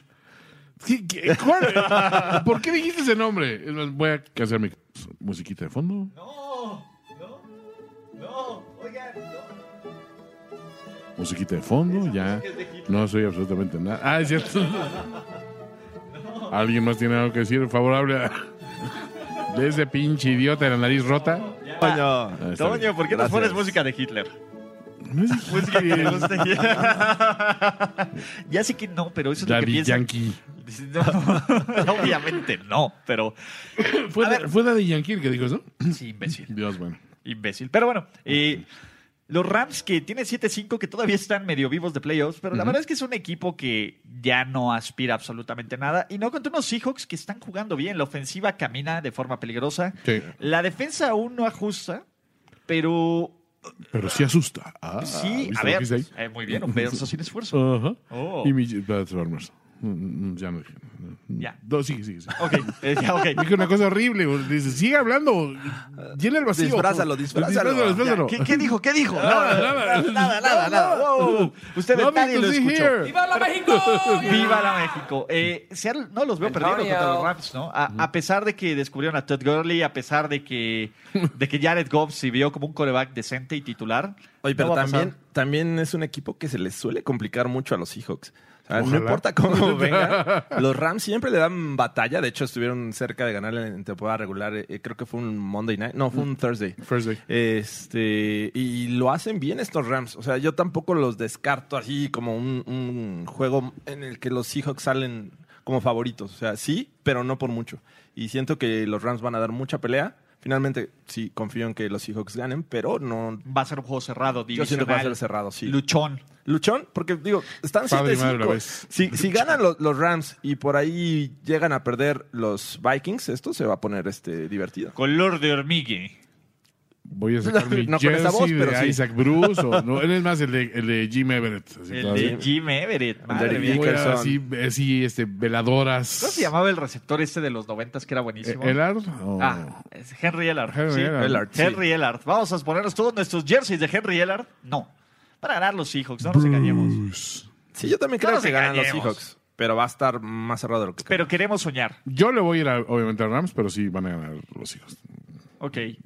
Speaker 2: ¿Qué- qué- cuál? ¿Por qué dijiste ese nombre? Es más, Voy a hacer mi musiquita de fondo.
Speaker 1: No, no, no, oigan, no.
Speaker 2: Musiquita de fondo, ya. No soy absolutamente nada. Ah, es cierto. ¿Alguien más tiene algo que decir favorable a... de ese pinche idiota de la nariz rota?
Speaker 3: Toño.
Speaker 2: Ah, está bien.
Speaker 1: Toño, ¿por qué nos
Speaker 3: Gracias.
Speaker 1: pones música de Hitler?
Speaker 2: No es-
Speaker 1: Música que le guste. ya sé que no, pero eso es lo que
Speaker 2: Daddy
Speaker 1: piensan.
Speaker 2: Yankee.
Speaker 1: No, obviamente no, pero
Speaker 2: ¿Fue, fue Daddy Yankee el que dijo eso?
Speaker 1: sí, imbécil.
Speaker 2: Dios, bueno.
Speaker 1: Imbécil. Pero bueno, eh, Los Rams que tienen 7-5 que todavía están medio vivos de playoffs, pero la verdad es que es un equipo que ya no aspira absolutamente a nada. Y no contra unos Seahawks que están jugando bien. La ofensiva camina de forma peligrosa.
Speaker 2: Sí.
Speaker 1: La defensa aún no ajusta, pero
Speaker 2: Pero sí asusta. Ah,
Speaker 1: sí,
Speaker 2: ¿viste
Speaker 1: a
Speaker 2: lo que
Speaker 1: ver.
Speaker 2: hice ahí?
Speaker 1: eh, muy bien, un verso sin esfuerzo.
Speaker 2: Ajá.
Speaker 1: Oh.
Speaker 2: Y mi Transformers. Mm, mm, Ya no dije.
Speaker 1: Ya.
Speaker 2: No, sigue, sigue, sigue.
Speaker 1: Ok, eh, ya, ok.
Speaker 2: Dije una cosa horrible. güey. Dice, sigue hablando. Llena el vacío.
Speaker 3: Disfrázalo, disfrázalo.
Speaker 2: disfrázalo.
Speaker 1: ¿Qué, qué dijo? ¿Qué dijo? Nada, nada, nada, nada. Wow, wow, wow. Ustedes
Speaker 2: Love me
Speaker 1: nadie
Speaker 2: to
Speaker 1: lo
Speaker 2: see
Speaker 1: escuchó.
Speaker 2: here.
Speaker 4: ¡Viva la México!
Speaker 1: Viva la México. Eh, Seattle no los veo
Speaker 5: Antonio.
Speaker 1: perdiendo contra los Rams, ¿no? A, a pesar de que descubrieron a Todd Gurley, a pesar de que, de que Jared Goff se vio como un coreback decente y titular.
Speaker 3: Oye,
Speaker 1: no
Speaker 3: pero
Speaker 1: va a pasar.
Speaker 3: también, también es un equipo que se les suele complicar mucho a los Seahawks. O sea, no
Speaker 2: Ojalá.
Speaker 3: importa cómo vengan, los Rams siempre le dan batalla. De hecho, estuvieron cerca de ganar en temporada regular. eh, creo que fue un Monday night. No,
Speaker 1: Mm.
Speaker 3: fue un Thursday.
Speaker 2: First day.
Speaker 3: Este, y lo hacen bien estos Rams. O sea, yo tampoco los descarto así como un, un juego en el que los Seahawks salen como favoritos. O sea, sí, pero no por mucho. Y siento que los Rams van a dar mucha pelea. Finalmente, sí, confío en que los Seahawks ganen, pero no.
Speaker 1: Va a ser un juego cerrado,
Speaker 3: Yo siento que va a ser
Speaker 1: divisional,
Speaker 3: cerrado, sí.
Speaker 1: Luchón.
Speaker 3: Luchón, porque digo, están
Speaker 2: Padre y madre la
Speaker 3: 7-5.
Speaker 2: vez.
Speaker 3: Si, si ganan los, los Rams y por ahí llegan a perder los Vikings, esto se va a poner este divertido.
Speaker 1: Color de hormigue.
Speaker 2: Voy a sacar mi
Speaker 3: No con
Speaker 2: jersey
Speaker 3: esa voz,
Speaker 2: de
Speaker 3: pero sí.
Speaker 2: Isaac Bruce. O, no, él es más el de, el de Jim Everett. así,
Speaker 1: El
Speaker 2: claro.
Speaker 1: de Jim Everett. Madre
Speaker 3: Derek
Speaker 1: mía.
Speaker 2: Voy a
Speaker 3: Dickerson.
Speaker 2: así, así, este, veladoras. Eh,
Speaker 1: ¿Cómo se llamaba el receptor este de los noventas que era buenísimo?
Speaker 2: ¿Elard? o-
Speaker 1: Ah, es Henry Ellard.
Speaker 2: Henry
Speaker 1: sí.
Speaker 2: Ellard.
Speaker 3: Ellard, sí.
Speaker 1: Henry Ellard. Vamos a ponernos todos nuestros jerseys de Henry Ellard. No. Para ganar los Seahawks, no nos engañemos.
Speaker 2: Bruce.
Speaker 3: Sí, yo también
Speaker 1: No
Speaker 3: creo
Speaker 1: nos
Speaker 3: que ganan los
Speaker 1: engañemos.
Speaker 3: Seahawks, pero va a estar más cerrado de lo que creo.
Speaker 1: Pero queremos soñar.
Speaker 2: Yo le voy a ir, a- obviamente, a Rams, pero sí van a ganar los hijos.
Speaker 1: Ok.
Speaker 2: Ok.
Speaker 1: eh,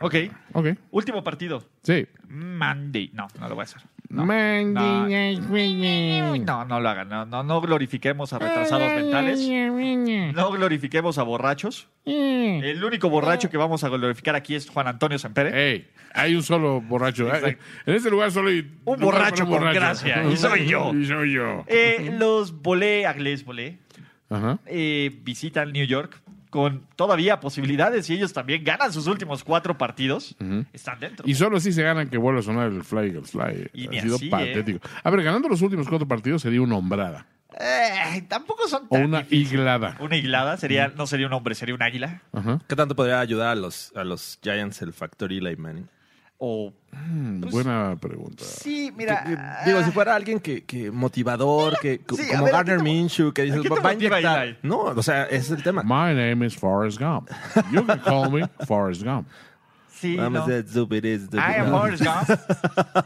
Speaker 1: Ok.
Speaker 2: Ok.
Speaker 1: Último partido.
Speaker 2: Sí.
Speaker 1: Monday. No, no lo voy a hacer.
Speaker 2: Monday Night Football.
Speaker 1: No, no lo hagan. No, no, no glorifiquemos a retrasados mentales. No glorifiquemos a borrachos. El único borracho que vamos a glorificar aquí es Juan Antonio Sempere.
Speaker 2: Hey, hay un solo borracho.
Speaker 1: Exacto.
Speaker 2: En este lugar solo hay
Speaker 1: Un
Speaker 2: lugar
Speaker 1: borracho
Speaker 2: para
Speaker 1: con gracia, y soy yo.
Speaker 2: Y soy yo.
Speaker 1: Eh, los Bolé Agles Bolé
Speaker 2: Ajá.
Speaker 1: eh, visitan New York con todavía posibilidades y ellos también ganan sus últimos cuatro partidos. Están dentro.
Speaker 2: Y solo así se ganan que vuelva a sonar el Fly Eagles Fly.
Speaker 1: Y ni
Speaker 2: ha sido
Speaker 1: así, ¿eh?
Speaker 2: patético. A ver, ganando los últimos cuatro partidos sería una hombrada.
Speaker 1: Eh, tampoco son
Speaker 2: O
Speaker 1: tan
Speaker 2: una
Speaker 1: difíciles.
Speaker 2: higlada.
Speaker 1: Una higlada sería, no sería un hombre, sería un águila.
Speaker 2: Ajá.
Speaker 3: ¿Qué tanto podría ayudar a los, a los Giants el factor Eli Manning?
Speaker 1: O eh,
Speaker 2: Mm,
Speaker 1: Pues
Speaker 2: Buena pregunta.
Speaker 1: sí, mira.
Speaker 3: Digo, si fuera alguien que, que motivador, que co-
Speaker 1: Ah. sí, a
Speaker 3: como
Speaker 1: ver, ¿a
Speaker 3: Garner
Speaker 1: qué te-
Speaker 3: Minshew, que dices,
Speaker 1: qué te
Speaker 3: va a
Speaker 1: motiva
Speaker 3: inyectar.
Speaker 1: Eli?
Speaker 3: No, o sea, ese es el tema.
Speaker 2: My name is Forrest Gump. You can call me Forrest Gump.
Speaker 1: Sí,
Speaker 3: Vamos
Speaker 1: no.
Speaker 3: a subir esto.
Speaker 1: I am Forrest Gump,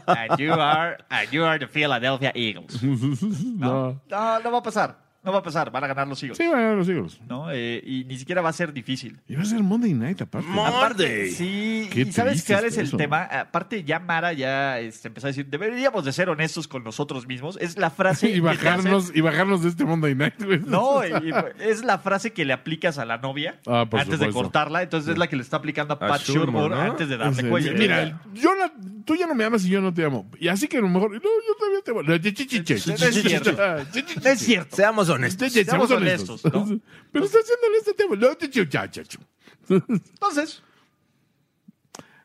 Speaker 1: and you are, and you are the Philadelphia Eagles.
Speaker 2: No.
Speaker 1: No, no va a pasar. No va a pasar. Van a ganar los Eagles.
Speaker 2: Sí, van a ganar los Eagles.
Speaker 1: ¿no? Eh, y ni siquiera va a ser difícil.
Speaker 2: Y va a ser Monday Night aparte.
Speaker 3: Monday.
Speaker 1: Sí,
Speaker 2: Qué
Speaker 1: y ¿sabes
Speaker 2: triste
Speaker 1: cuál es
Speaker 2: está
Speaker 1: el
Speaker 2: eso.
Speaker 1: tema? Aparte, ya Mara ya este, empezó a decir, deberíamos de ser honestos con nosotros mismos. Es la frase...
Speaker 2: y
Speaker 1: que te hace-
Speaker 2: bajarnos, y bajarnos de este Monday Night. güey.
Speaker 1: No, y- y es la frase que le aplicas a la novia
Speaker 2: Ah, por
Speaker 1: antes de
Speaker 2: supuesto.
Speaker 1: cortarla. Entonces es la que le está aplicando a
Speaker 3: A
Speaker 1: Pat
Speaker 3: Shurmur,
Speaker 1: Shurmur
Speaker 3: ¿no?
Speaker 1: antes de
Speaker 2: O sea,
Speaker 1: darle cuello.
Speaker 2: mira, yo la- tú ya no me amas y yo no te amo. Y así que a lo mejor. No, yo todavía te amo. No, chi, chi, chi, chi,
Speaker 1: No
Speaker 2: chi,
Speaker 1: es
Speaker 2: chi, chi,
Speaker 1: cierto.
Speaker 2: chi, chi, chi,
Speaker 1: No es
Speaker 2: chi.
Speaker 1: cierto.
Speaker 3: Seamos honestos.
Speaker 2: Chi, chi,
Speaker 1: Seamos
Speaker 2: Seamos honestos.
Speaker 1: honestos, ¿no?
Speaker 2: Pero estás haciendo este tema. No, chi, chi, cha, cha, chu.
Speaker 1: Entonces,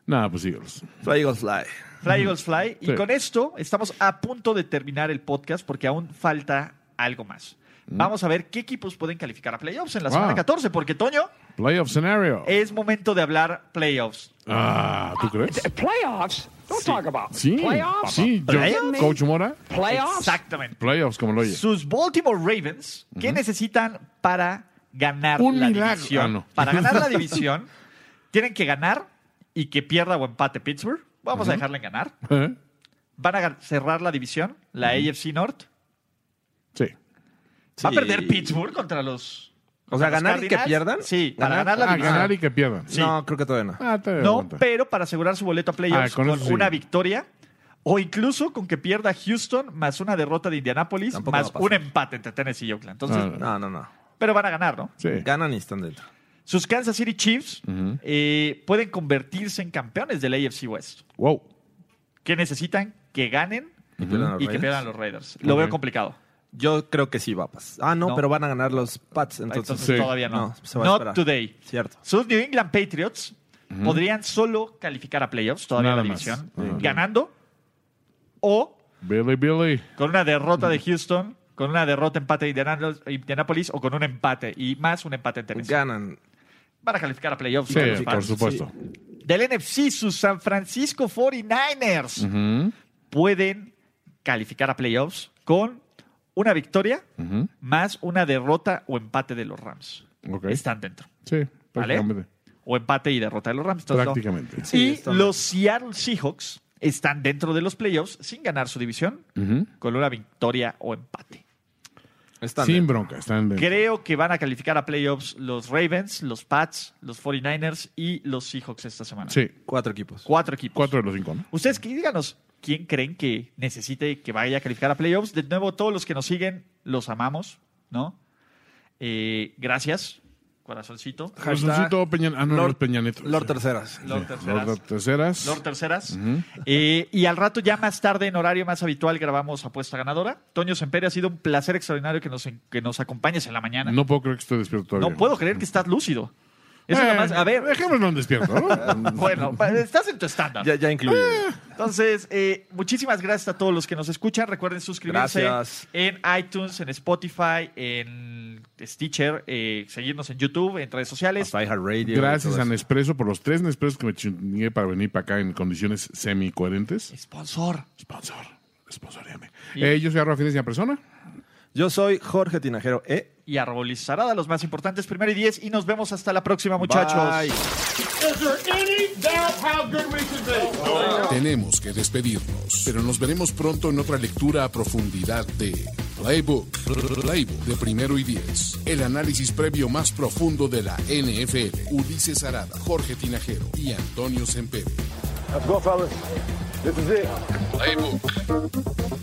Speaker 2: Nada, pues síguelos.
Speaker 3: Fly Eagles Fly.
Speaker 1: Fly Eagles Fly. Y
Speaker 2: Sí.
Speaker 1: con esto estamos a punto de terminar el podcast porque aún falta algo más. Vamos a ver qué equipos pueden calificar a playoffs en la
Speaker 2: Wow.
Speaker 1: semana 14, porque Toño,
Speaker 2: Playoff scenario.
Speaker 1: es momento de hablar playoffs.
Speaker 2: Ah, ¿tú crees?
Speaker 1: eh,
Speaker 7: Playoffs? Don't talk about
Speaker 2: Sí.
Speaker 7: playoffs.
Speaker 2: Sí, yo,
Speaker 7: Playoffs.
Speaker 2: Coach Mora.
Speaker 7: Playoffs?
Speaker 1: Exactamente.
Speaker 2: Playoffs, como lo oye.
Speaker 1: Sus Baltimore Ravens, ¿qué necesitan para ganar
Speaker 2: Un
Speaker 1: la
Speaker 2: milagro.
Speaker 1: división?
Speaker 2: Ah, no.
Speaker 1: Para ganar la división, tienen que ganar y que pierda o empate Pittsburgh. Vamos a dejarla en ganar.
Speaker 2: ¿Eh?
Speaker 1: Van a gan- cerrar la división, la AFC North.
Speaker 2: Sí.
Speaker 1: ¿Va a
Speaker 3: Sí.
Speaker 1: perder Pittsburgh contra los.
Speaker 3: O
Speaker 1: contra
Speaker 3: sea,
Speaker 1: los
Speaker 3: ganar y que
Speaker 1: Cardinals?
Speaker 3: pierdan.
Speaker 1: Sí, para ganar, la
Speaker 2: Ah,
Speaker 1: división.
Speaker 2: ganar y que pierdan.
Speaker 1: Sí.
Speaker 3: No, creo que todavía no.
Speaker 2: Ah, te
Speaker 1: No, pero para asegurar su boleto a playoffs
Speaker 2: Ah,
Speaker 1: con,
Speaker 2: con eso sí.
Speaker 1: una victoria o incluso con que pierda Houston más una derrota de Indianapolis
Speaker 3: Tampoco va
Speaker 1: más
Speaker 3: a pasar.
Speaker 1: un empate entre Tennessee y Oakland. Entonces,
Speaker 2: Ah,
Speaker 3: No, no, no.
Speaker 1: pero van a ganar, ¿no?
Speaker 2: Sí.
Speaker 3: Ganan y están dentro.
Speaker 1: Sus Kansas City Chiefs eh, pueden convertirse en campeones del AFC West.
Speaker 2: Wow.
Speaker 1: ¿Qué necesitan? Que ganen
Speaker 3: Y pierdan los
Speaker 1: y que
Speaker 3: Raiders.
Speaker 1: pierdan los Raiders. Lo
Speaker 2: Ok.
Speaker 1: veo complicado.
Speaker 3: Yo creo que sí va a pasar. Ah, no,
Speaker 1: No. Ah,
Speaker 3: pero van a ganar los Pats, entonces.
Speaker 1: Entonces
Speaker 2: Sí.
Speaker 1: todavía no.
Speaker 3: No, se va a
Speaker 1: Not
Speaker 3: esperar.
Speaker 1: today.
Speaker 3: Cierto.
Speaker 1: Sus New England Patriots podrían solo calificar a playoffs todavía en
Speaker 2: Nada
Speaker 1: la
Speaker 2: más.
Speaker 1: división,
Speaker 2: Ajá.
Speaker 1: ganando o
Speaker 2: Billy, Billy.
Speaker 1: con una derrota de Houston, con una derrota empate de Indiana- Indianapolis o con un empate y más un empate en Tennessee.
Speaker 3: Ganan.
Speaker 1: Para calificar a playoffs.
Speaker 2: Sí,
Speaker 1: son los
Speaker 2: por
Speaker 1: Falcons.
Speaker 2: supuesto.
Speaker 1: Del NFC, sus San Francisco 49ers pueden calificar a playoffs con una victoria más una derrota o empate de los Rams.
Speaker 2: Ok.
Speaker 1: Están dentro.
Speaker 2: Sí,
Speaker 1: ¿Vale?
Speaker 2: prácticamente.
Speaker 1: O empate y derrota de los Rams. Entonces, no.
Speaker 2: Prácticamente.
Speaker 1: y los Seattle Seahawks están dentro de los playoffs sin ganar su división con una victoria o empate.
Speaker 3: Están.
Speaker 2: Sin bronca, están dentro.
Speaker 1: Creo que van a calificar a playoffs los Ravens, los Pats, los 49ers y los Seahawks esta semana.
Speaker 2: Sí,
Speaker 3: Cuatro equipos.
Speaker 1: Cuatro equipos.
Speaker 2: cuatro de los cinco, ¿no?
Speaker 1: Ustedes que díganos quién creen que necesite que vaya a calificar a playoffs. De nuevo, todos los que nos siguen, los amamos, ¿no? Eh, gracias, corazoncito.
Speaker 2: Corazoncito Peña- ah, no,
Speaker 3: Lord-
Speaker 2: los Peñanetos.
Speaker 3: Lord Terceras.
Speaker 1: Lord Terceras.
Speaker 2: Lord Terceras.
Speaker 1: Lord Terceras. Eh, y al rato, ya más tarde, en horario más habitual, grabamos Apuesta Ganadora. Toño Sempere, ha sido un placer extraordinario que nos, que nos acompañes en la mañana. No,
Speaker 2: No puedo creer que estoy despierto todavía.
Speaker 1: puedo creer que estás lúcido. Eso
Speaker 2: Eh,
Speaker 1: nada más- a ver,
Speaker 2: Dejémoslo en despierto, ¿no?
Speaker 1: bueno, pa- estás en tu estándar.
Speaker 3: Ya, ya incluido.
Speaker 1: Ah. Entonces, eh, muchísimas gracias a todos los que nos escuchan. Recuerden suscribirse
Speaker 3: Gracias.
Speaker 1: en iTunes, en Spotify, en Stitcher, eh, seguirnos en YouTube, en redes sociales.
Speaker 3: iHeartRadio.
Speaker 2: Gracias
Speaker 3: todo
Speaker 2: a
Speaker 3: eso.
Speaker 2: Nespresso por los tres Nespresso que me chingué para venir para acá en condiciones semi-coherentes.
Speaker 1: Sponsor.
Speaker 2: Sponsor, sponsoreame. Eh, yo soy Arroba Fines y a persona.
Speaker 3: Yo soy Jorge Tinajero E.
Speaker 1: Y Arrobolis Sarada, los más importantes, primero y diez. Y nos vemos hasta la próxima, muchachos.
Speaker 3: Bye.
Speaker 8: Is there any doubt how good we can be?
Speaker 6: Tenemos que despedirnos, pero nos veremos pronto en otra lectura a profundidad de Playbook, Playbook de primero y diez, el análisis previo más profundo de la NFL. Ulises Arada, Jorge Tinajero y Antonio Sempere.
Speaker 8: Let's go, fellas. This is it.
Speaker 6: Playbook.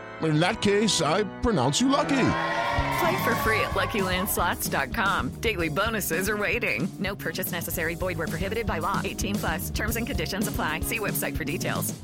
Speaker 9: In that case, I pronounce you lucky.
Speaker 10: Play for free at LuckyLandSlots.com. Daily bonuses are waiting. No purchase necessary. Void where prohibited by law. 18 plus. Terms and conditions apply. See website for details.